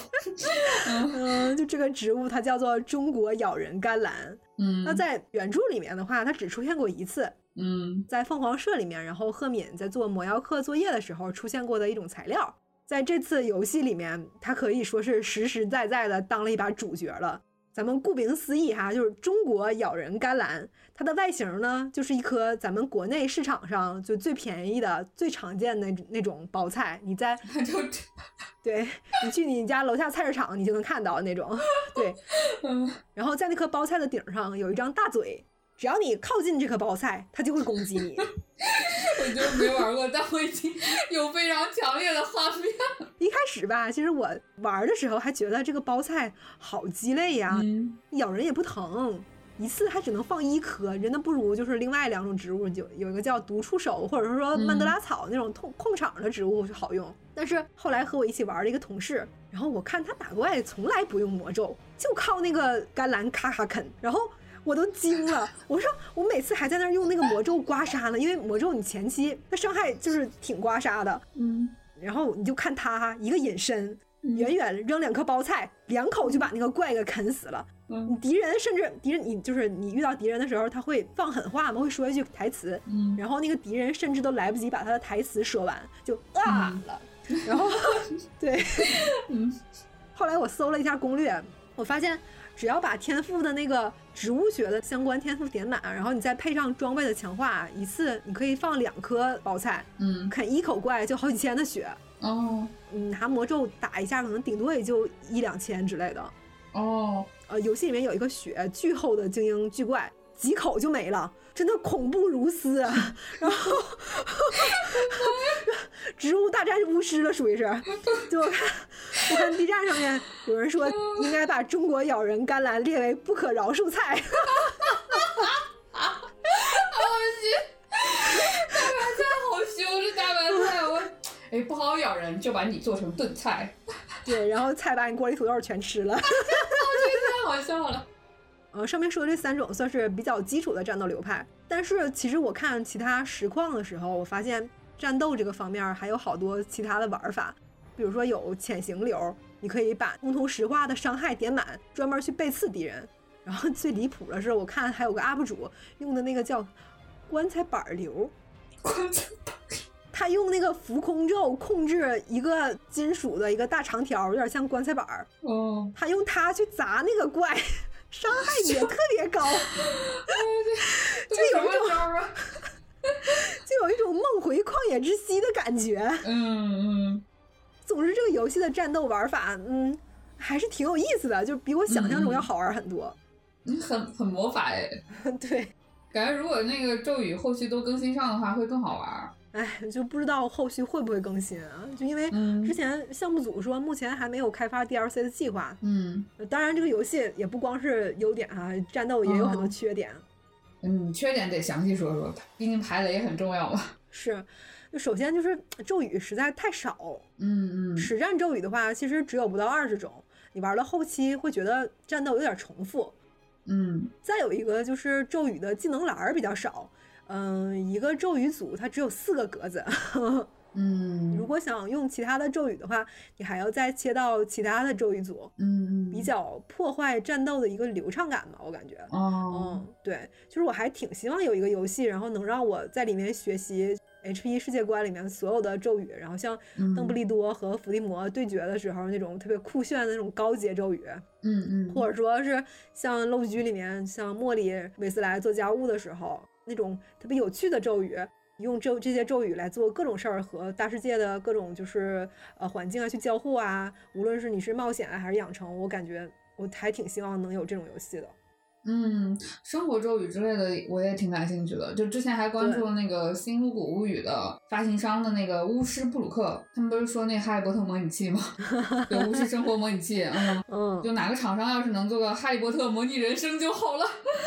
S2: 嗯，就这个植物它叫做中国咬人甘蓝。
S3: 嗯，
S2: 那在原著里面的话，它只出现过一次，
S3: 嗯
S2: 在凤凰社里面，然后赫敏在做魔药课作业的时候出现过的一种材料。在这次游戏里面，它可以说是实实在在的当了一把主角了。咱们顾名思义哈，就是中国咬人甘蓝，它的外形呢就是一颗咱们国内市场上就最便宜的、最常见的那那种包菜，你在
S3: 就
S2: 对你去你家楼下菜市场你就能看到那种。对，
S3: 嗯
S2: 然后在那颗包菜的顶上有一张大嘴，只要你靠近这颗包菜，它就会攻击你。
S3: 我就没玩过，但我已经有非常强烈的画面。
S2: 一开始吧，其实我玩的时候还觉得这个包菜好鸡肋呀、
S3: 嗯
S2: 咬人也不疼，一次还只能放一颗，人那不如就是另外两种植物，有有一个叫毒触手，或者是说
S3: 嗯
S2: 曼德拉草那种控控场的植物就好用。但是后来和我一起玩的一个同事，然后我看他打怪从来不用魔咒，就靠那个甘蓝咔咔啃，然后。我都惊了，我说我每次还在那儿用那个魔咒刮痧呢，因为魔咒你前期它伤害就是挺刮痧的，
S3: 嗯，
S2: 然后你就看他一个隐身，远远扔两颗包菜，两口就把那个怪给啃死了。
S3: 嗯
S2: 你敌人甚至敌人，你就是你遇到敌人的时候，他会放狠话嘛，会说一句台词，
S3: 嗯，
S2: 然后那个敌人甚至都来不及把他的台词说完，就啊了。然后对，
S3: 嗯，
S2: 后来我搜了一下攻略，我发现只要把天赋的那个植物学的相关天赋点满，然后你再配上装备的强化，一次你可以放两颗包菜，
S3: 嗯
S2: 啃一口怪就好几千的血。
S3: 哦
S2: 你拿嗯魔咒打一下，可能顶多也就一两千之类的。
S3: 哦，
S2: 呃，游戏里面有一个血巨厚的精英巨怪，几口就没了，真的恐怖如斯。啊！然后 植物大战巫师了，属于是。就我看，我看 B 站上面有人说，应该把中国咬人甘蓝列为不可饶恕菜。
S3: 好凶，这大白菜我。哎，不好咬人，就把你做成炖菜，
S2: 对，然后菜把你锅里土豆全吃了。
S3: 太好笑了。
S2: 呃，上面说的这三种算是比较基础的战斗流派，但是其实我看其他实况的时候，我发现战斗这个方面儿还有好多其他的玩法，比如说有潜行流，你可以把通通石化的伤害点满，专门去背刺敌人。然后 最离谱的是，我看还有个 UP 主用的那个叫棺材板儿流，
S3: 棺材
S2: 他用那个浮空咒控制一个金属的一个大长条，有点像棺材板儿，
S3: 哦，
S2: 他用它去砸那个怪， 伤害也特别高。
S3: 这什么招啊？
S2: 就有一种梦回旷野之息的感觉。
S3: 嗯 嗯
S2: 总之，这个游戏的战斗玩法，嗯，还是挺有意思的，就比我想象中要好玩很多。
S3: 你嗯很很魔法哎，
S2: 对，
S3: 感觉如果那个咒语后期都更新上的话，会更好玩儿。
S2: 哎，就不知道后续会不会更新啊？就因为
S3: 嗯
S2: 之前项目组说目前还没有开发 DLC 的计划。
S3: 嗯，
S2: 当然，这个游戏也不光是优点啊，战斗也有很多
S3: 哦
S2: 缺点。
S3: 嗯，缺点得详细说说，毕竟排雷很重要嘛。
S2: 是，就首先就是咒语实在太少，
S3: 嗯嗯，
S2: 实战咒语的话，其实只有不到二十种。你玩到后期会觉得战斗有点重复，
S3: 嗯
S2: 再有一个就是咒语的技能栏儿比较少，嗯，一个咒语组它只有四个格子，
S3: 嗯，
S2: 如果想用其他的咒语的话，你还要再切到其他的咒语组，
S3: 嗯嗯
S2: 比较破坏战斗的一个流畅感吧，我感觉。
S3: 哦
S2: 嗯，对，就是我还挺希望有一个游戏，然后能让我在里面学习 HP 世界观里面所有的咒语，然后像
S3: 嗯
S2: 邓布利多和伏地魔对决的时候那种特别酷炫的那种高阶咒语。
S3: 嗯嗯，
S2: 或者说是像《陋局》里面，像莫里韦斯莱做家务的时候，那种特别有趣的咒语，用这这些咒语来做各种事儿，和大世界的各种就是呃环境啊去交互啊。无论是你是冒险啊还是养成，我感觉我还挺希望能有这种游戏的。
S1: 嗯，生活咒语之类的我也挺感兴趣的。就之前还关注了那个新巫蛊物语的发行商的那个巫师布鲁克，他们不是说那哈利波特模拟器吗？ 有巫师生活模拟器， 嗯，
S2: 嗯，
S1: 就哪个厂商要是能做个哈利波特模拟人生就好了。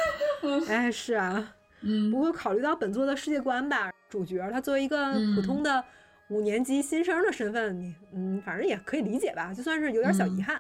S2: 哎，是啊。
S1: 嗯
S2: 不过考虑到本作的世界观吧，主角他作为一个普通的五年级新生的身份，你嗯，反正也可以理解吧，就算是有点小遗憾。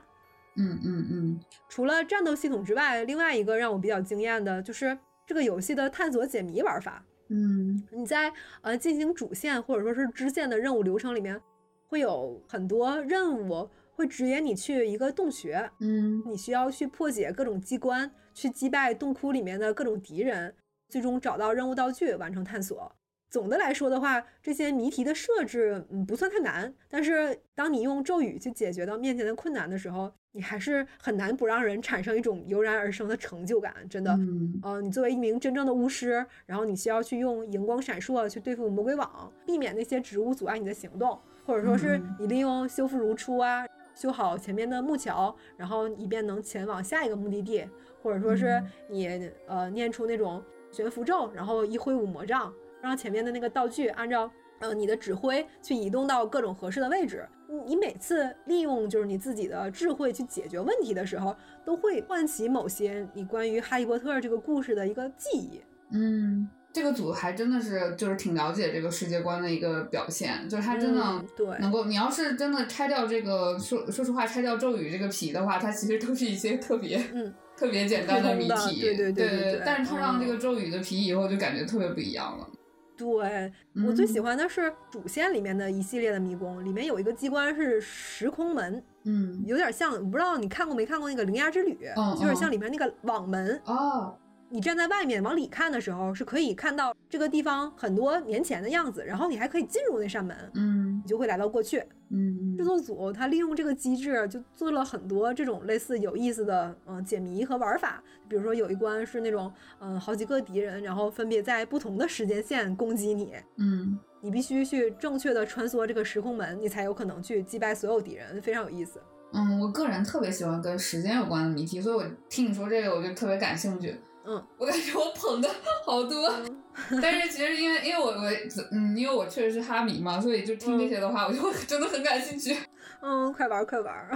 S1: 嗯嗯嗯
S2: 除了战斗系统之外，另外一个让我比较惊艳的就是这个游戏的探索解谜玩法。
S1: 嗯
S2: 你在呃进行主线或者说是支线的任务流程里面，会有很多任务会指引你去一个洞穴，
S1: 嗯
S2: 你需要去破解各种机关，去击败洞窟里面的各种敌人，最终找到任务道具，完成探索。总的来说的话，这些谜题的设置嗯不算太难，但是当你用咒语去解决到面前的困难的时候，你还是很难不让人产生一种油然而生的成就感，真的。
S1: 嗯
S2: 呃，你作为一名真正的巫师，然后你需要去用荧光闪烁去对付魔鬼网，避免那些植物阻碍你的行动，或者说是
S1: 嗯
S2: 你利用修复如初啊，修好前面的木桥，然后以便能前往下一个目的地，或者说是
S1: 嗯
S2: 你、呃念出那种悬浮咒，然后一挥舞魔杖，让前面的那个道具按照。呃，你的指挥去移动到各种合适的位置。你你每次利用就是你自己的智慧去解决问题的时候，都会唤起某些你关于哈利波特这个故事的一个记忆。
S1: 嗯，这个组还真的是就是挺了解这个世界观的一个表现，就是他真的。
S2: 嗯对，
S1: 能够，你要是真的拆掉这个说说实话，拆掉咒语这个皮的话，它其实都是一些特别
S2: 嗯
S1: 特别简单
S2: 普
S1: 的
S2: 通
S1: 谜
S2: 的
S1: 题，
S2: 对对对
S1: 对
S2: 对对
S1: 但是它让这
S2: 嗯
S1: 个咒语的皮以后就感觉特别不一样了。嗯
S2: 对，我最喜
S1: 欢，
S2: 欢的是主线里面的一系列的迷宫，里面有一个机关是时空门，
S1: 嗯，
S2: 有点像，不知道你看过没看过那个《铃芽之旅》
S1: 嗯
S2: 有点像
S1: 嗯
S2: 里面那个网门。
S1: 哦，
S2: 你站在外面往里看的时候，是可以看到这个地方很多年前的样子，然后你还可以进入那扇门，
S1: 嗯
S2: 你就会来到过去。
S1: 嗯，
S2: 制作组他利用这个机制，就做了很多这种类似有意思的嗯、呃解谜和玩法。比如说有一关是那种嗯、呃好几个敌人，然后分别在不同的时间线攻击你，
S1: 嗯
S2: 你必须去正确的穿梭这个时空门，你才有可能去击败所有敌人，非常有意思。
S1: 嗯，我个人特别喜欢跟时间有关的谜题，所以我听你说这个我就特别感兴趣。
S2: 嗯，
S1: 我感觉我捧的好多， 但是其实因为因为我我嗯，因为我确实是哈迷嘛，所以就听这些的话，我就会 真的很感兴趣。
S2: 嗯，快玩儿快玩儿。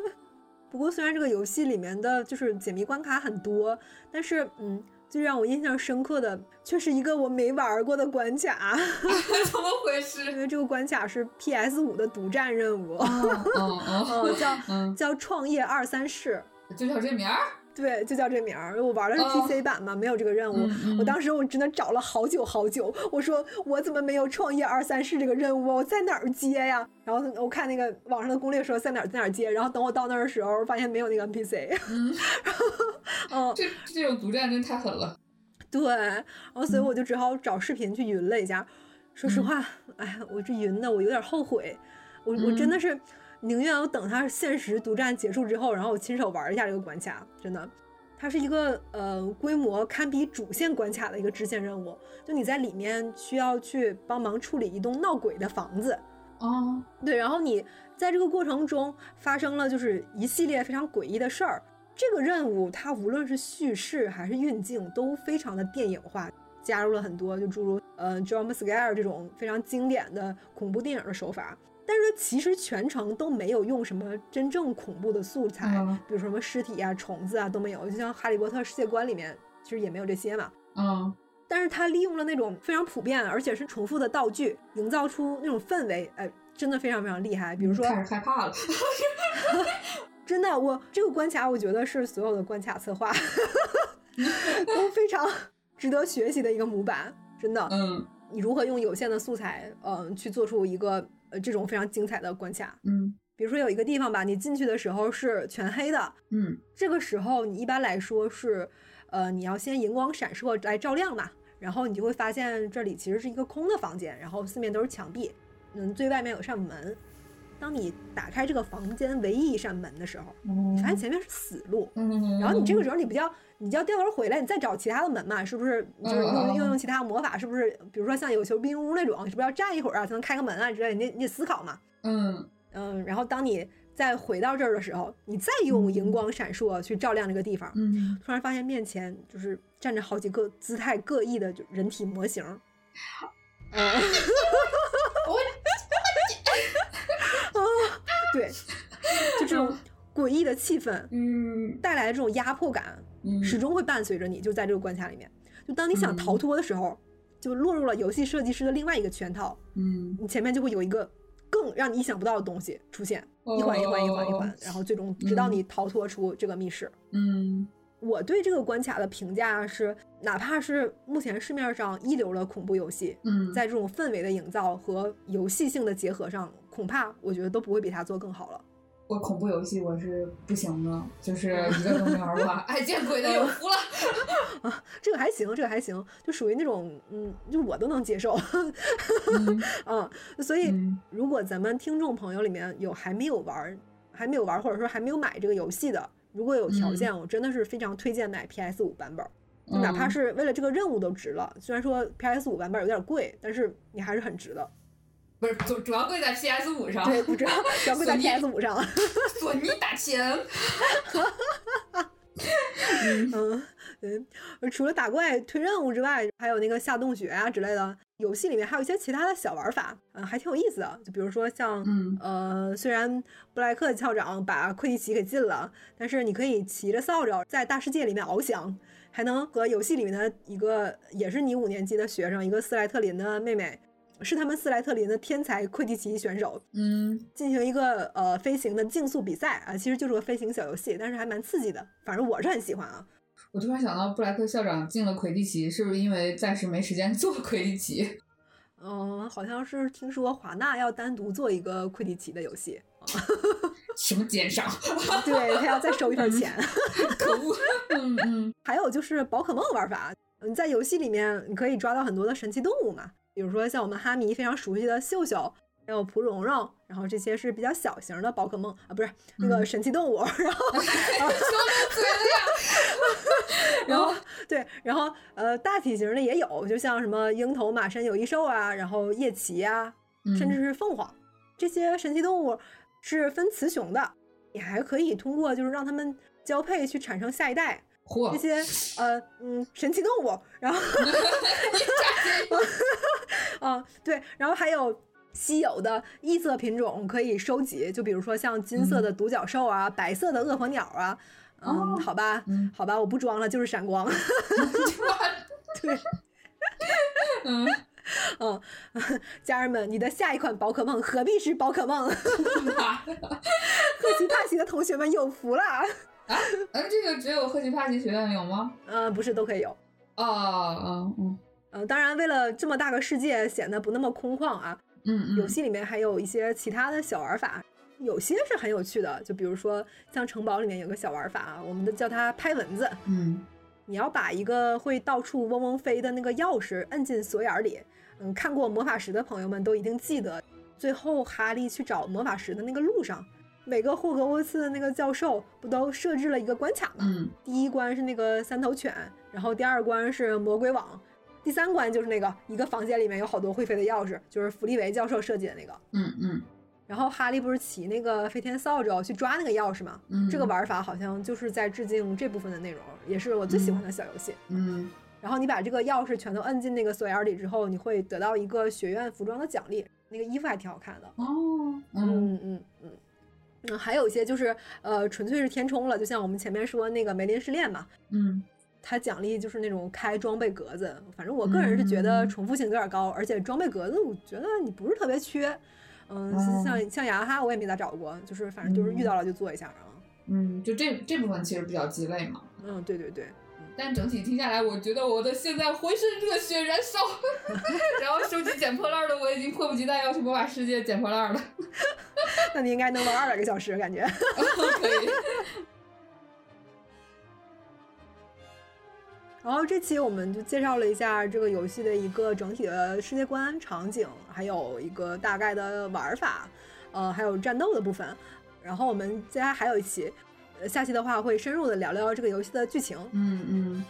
S2: 不过虽然这个游戏里面的就是解谜关卡很多，但是嗯，最让我印象深刻的却是一个我没玩儿过的关卡，
S1: 怎么回事
S2: 因？为这个关卡是 PS 五的独占任务。
S1: 嗯嗯
S2: 嗯，叫
S1: 嗯
S2: 叫创业二三事，
S1: 嗯，就叫这名儿。
S2: 对，就叫这名儿。我玩的是
S1: 哦
S2: PC 版嘛，没有这个任务。
S1: 嗯
S2: 我当时我真的找了好久好久，我说我怎么没有创业二三事这个任务啊？我在哪儿接呀？然后我看那个网上的攻略说在哪儿在哪儿接，然后等我到那儿的时候，发现没有那个 NPC。
S1: 嗯，
S2: 嗯，
S1: 这这种独占真太狠了。
S2: 对，然后所以我就只好找视频去云了一下。说实
S1: 嗯
S2: 话，哎，我这云的我有点后悔，我我真的是宁愿我等它限时独占结束之后，然后我亲手玩一下这个关卡，真的。它是一个呃规模堪比主线关卡的一个支线任务，就你在里面需要去帮忙处理一栋闹鬼的房子，
S1: 哦，
S2: 对，然后你在这个过程中发生了就是一系列非常诡异的事儿。这个任务它无论是叙事还是运镜都非常的电影化，加入了很多就诸如呃 jump scare 这种非常经典的恐怖电影的手法。但是它其实全程都没有用什么真正恐怖的素材，
S1: 嗯
S2: 比如说什么尸体啊、虫子啊都没有。就像《哈利波特》世界观里面其实也没有这些嘛。
S1: 嗯
S2: 但是它利用了那种非常普遍而且是重复的道具，营造出那种氛围，哎，真的非常非常厉害。比如说，
S1: 开始害怕了。
S2: 真的，我这个关卡我觉得是所有的关卡策划都非常值得学习的一个模板，真的。
S1: 嗯
S2: 你如何用有限的素材，嗯、去做出一个呃这种非常精彩的关卡？
S1: 嗯
S2: 比如说有一个地方吧，你进去的时候是全黑的，
S1: 嗯
S2: 这个时候你一般来说是，呃，你要先荧光闪烁来照亮嘛，然后你就会发现这里其实是一个空的房间，然后四面都是墙壁，嗯，最外面有扇门。当你打开这个房间唯一一扇门的时候，
S1: 嗯
S2: 你发现前面是死路，
S1: 嗯，
S2: 哎然后你这个时候你不叫你叫掉头回来，你再找其他的门嘛，是不是？就是用
S1: 嗯
S2: 用用其他魔法，是不是？比如说像有球冰屋那种，是不是要站一会儿啊才能开个门啊之类的？你得你得思考嘛。
S1: 嗯
S2: 嗯，然后当你再回到这儿的时候，你再用荧光闪烁去照亮这个地方，
S3: 嗯，
S2: 突然发现面前就是站着好几个姿态各异的就人体 模型。 嗯，
S3: 我
S2: 哦对，就这种诡异的气氛
S3: 嗯
S2: 带来的这种压迫感，
S3: 嗯，
S2: 始终会伴随着你，就在这个关卡里面。就当你想逃
S3: 嗯
S2: 脱的时候，就落入了游戏设计师的另外一个圈套，
S3: 嗯，
S2: 你前面就会有一个更让你意想不到的东西出现，一环一环一环一
S3: 哦
S1: 哦
S2: 环，然后最终直到你逃脱出这个密室。
S3: 嗯
S2: 我对这个关卡的评价啊是，哪怕是目前市面上一流的恐怖游戏，
S3: 嗯，
S2: 在这种氛围的营造和游戏性的结合上，恐怕我觉得都不会比它做更好了。
S3: 我恐怖游戏我是不行的，就是 一个都没玩过，爱见鬼的
S2: 哎
S3: 有福了。
S2: 啊这个还行，这个还行，就属于那种，嗯，就我都能接受，
S3: 嗯
S2: 嗯，所以
S3: 嗯
S2: 如果咱们听众朋友里面有还没有玩儿、还没有玩儿，或者说还没有买这个游戏的，如果有
S3: 嗯
S2: 条件，我真的是非常推荐买 PS 五版本儿，就哪怕
S3: 嗯
S2: 是为了这个任务都值了。虽然说 PS 五版本儿有点贵，但是你还是很值的。
S3: 不是主主要贵在 PS 五
S1: 啊
S3: 上，
S2: 对，不知道要贵
S3: 索
S2: 在
S3: 尼
S2: PS 五上。
S3: 索尼打钱。
S2: 嗯嗯，而除了打怪、推任务之外，还有那个下洞穴啊之类的，游戏里面还有一些其他的小玩法，嗯，还挺有意思的。就比如说像，
S3: 嗯
S2: 呃，虽然布莱克校长把魁地奇给禁了，但是你可以骑着扫帚在大世界里面翱翔，还能和游戏里面的一个也是你五年级的学生，一个斯莱特林的妹妹，是他们斯莱特林的天才魁地奇选手，
S3: 嗯
S2: 进行一个呃飞行的竞速比赛啊，其实就是个飞行小游戏，但是还蛮刺激的，反正我是很喜欢啊。，
S3: 我突然想到，布莱克校长进了魁地奇，是不是因为暂时没时间做魁地奇？
S2: 嗯，好像是听说华纳要单独做一个魁地奇的游戏，
S3: 什么奸商，
S2: 对他要再收一份钱。
S3: 可恶！ 嗯嗯
S2: 还有就是宝可梦玩法，嗯，在游戏里面你可以抓到很多的神奇动物嘛，比如说像我们哈迷非常熟悉的秀秀，还有蒲蓉蓉，然后这些是比较小型的宝可梦啊，不是那个
S3: 嗯
S2: 神奇动物，然后 然后对，然后呃大体型的也有，就像什么鹰头马身有翼兽啊，然后夜骑啊，
S3: 嗯，
S2: 甚至是凤凰，这些神奇动物是分雌雄的，你还可以通过就是让它们交配去产生下一代，
S3: 嚯
S2: 这，些呃嗯神奇动物，然后 啊对，然后还有稀有的异色品种可以收集，就比如说像金色的独角兽啊，白色的恶火鸟啊，嗯，
S3: 嗯哦
S2: 好吧，
S3: 嗯
S2: 好吧，我不装了，就是闪光， 对，
S3: 嗯，
S2: 嗯，家人们，你的下一款宝可梦何必是宝可梦？
S3: 妈的！
S2: 贺奇帕奇的同学们有福了，
S3: 嗯，这个只有赫奇帕奇学院有吗？
S2: 嗯，不是都可以有。
S3: 哦哦嗯
S2: 呃，当然，为了这么大个世界显得不那么空旷啊，
S3: 嗯
S2: 游
S3: 嗯
S2: 戏里面还有一些其他的小玩法，有些是很有趣的，就比如说像城堡里面有个小玩法啊，我们都叫它拍蚊子。
S3: 嗯
S2: 你要把一个会到处嗡嗡飞的那个钥匙摁进锁眼儿里，嗯，看过魔法石的朋友们都一定记得，最后哈利去找魔法石的那个路上，每个霍格沃茨的那个教授不都设置了一个关卡吗？
S3: 嗯
S2: 第一关是那个三头犬，然后第二关是魔鬼网，第三关就是那个一个房间里面有好多会飞的钥匙，就是弗利维教授设计的那个。
S3: 嗯嗯
S2: 然后哈利不是骑那个飞天扫帚去抓那个钥匙吗？
S3: 嗯，
S2: 这个玩法好像就是在致敬这部分的内容，也是我最喜欢的小游戏。
S3: 嗯
S2: 然后你把这个钥匙全都摁进那个锁眼里之后，你会得到一个学院服装的奖励，那个衣服还挺好看的。
S3: 哦嗯
S2: 嗯嗯嗯。嗯，还有一些就是呃，纯粹是填充了，就像我们前面说那个梅林失恋嘛，
S3: 嗯
S2: 它奖励就是那种开装备格子，反正我个人是觉得
S3: 嗯
S2: 重复性有点高，而且装备格子我觉得你不是特别缺，嗯，
S3: 哦
S2: 像像雅哈我也没咋找过，就是反正就是遇到了就做一下啊，
S3: 嗯，就这这部分其实比较鸡肋嘛。
S2: 嗯，对对对，
S3: 但整体听下来，我觉得我的现在浑身热血燃 烧，然后收集捡破烂儿的我已经迫不及待要去魔法世界捡破烂儿 了。
S2: 那你应该能玩二百个小时感觉。
S3: 可以，
S2: 然后这期我们就介绍了一下这个游戏的一个整体的世界观、场景，还有一个大概的玩法，呃，还有战斗的部分。然后我们接下来还有一期，呃，下期的话会深入的聊聊这个游戏的剧情。
S3: 嗯嗯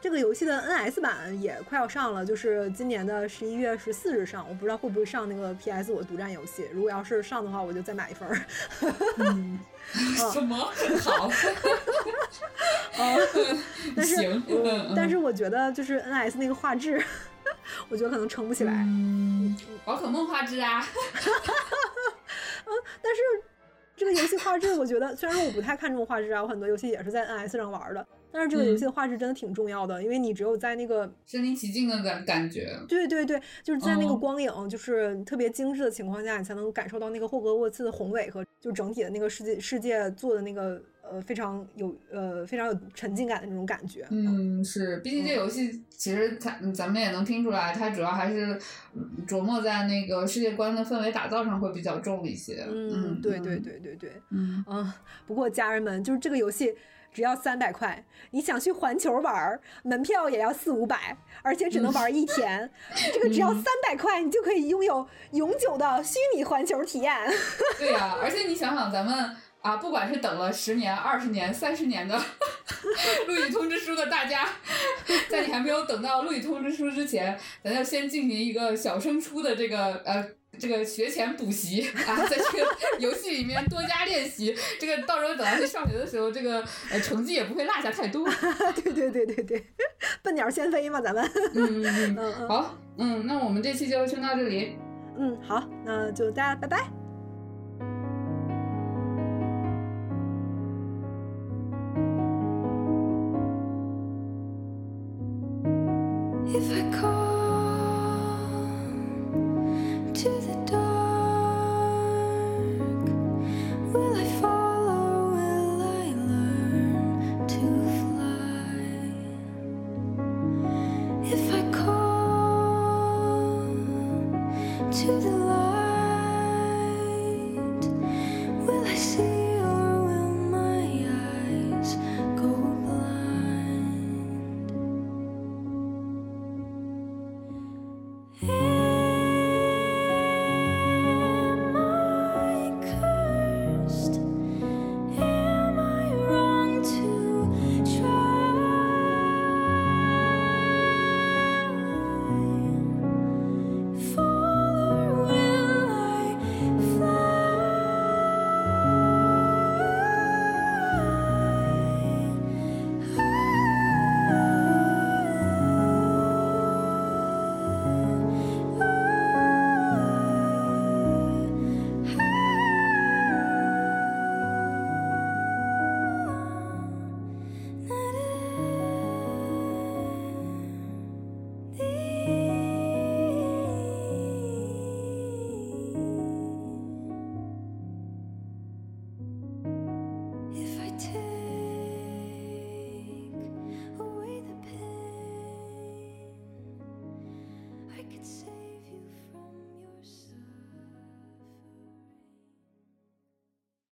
S2: 这个游戏的 NS 版也快要上了，就是今年的十一月十四日上。我不知道会不会上那个 PS 我独占游戏，如果要是上的话，我就再买一 份儿。嗯
S1: 什么 好？
S2: 哦但是
S1: 行，
S2: 我
S1: 嗯嗯
S2: 但是我觉得就是 NS 那个画质， 我觉得可能撑不起来。
S1: 嗯，宝可梦画质啊，
S2: 但是这个游戏画质，我觉得虽然说我不太看重画质啊，我很多游戏也是在 NS 上玩的，但是这个游
S1: 嗯
S2: 戏的画质真的挺重要的，因为你只有在那个
S1: 身临其境的感感觉。
S2: 对对对，就是在那个
S1: 哦
S2: 光影、就是特别精致的情况下，你才能感受到那个霍格沃茨的宏伟和就整体的那个世界世界做的那个呃非常有呃非常有沉浸感的那种感觉。
S1: 嗯，是，毕竟这游戏其实它嗯咱们也能听出来，它主要还是嗯琢磨在那个世界观的氛围打造上会比较重一些。
S2: 嗯，
S1: 嗯，
S2: 对对，对对对，
S1: 嗯，
S2: 嗯，不过家人们，就是这个游戏只要三百块，你想去环球玩儿，门票也要四五百，而且只
S1: 嗯
S2: 能玩一天。 这个只要三百块，你就可以拥有永久的虚拟环球体验。
S1: 对呀、而且你想想，咱们啊，不管是等了十年、二十年、三十年的 录取通知书的大家， 在你还没有等到录取通知书之前，咱要先进行一个小升初的这个呃。这个学前补习啊， 在这个游戏里面多加练习，这个到时候等到去上学的时候，这个呃成绩也不会落下太多。
S2: 对对对对对， 笨鸟先飞嘛，咱们。
S1: 嗯嗯
S2: 嗯
S1: 嗯，
S2: 嗯
S1: 好，嗯，那我们这期就先到这里。
S2: 嗯，好，那就大家拜拜。
S4: If I come to the dark, will I follow? Will I learn to fly? If I come to the light, will I see or will my eyes go blind? Am I cursed? Am I wrong to try? Fall or will I fly? If I take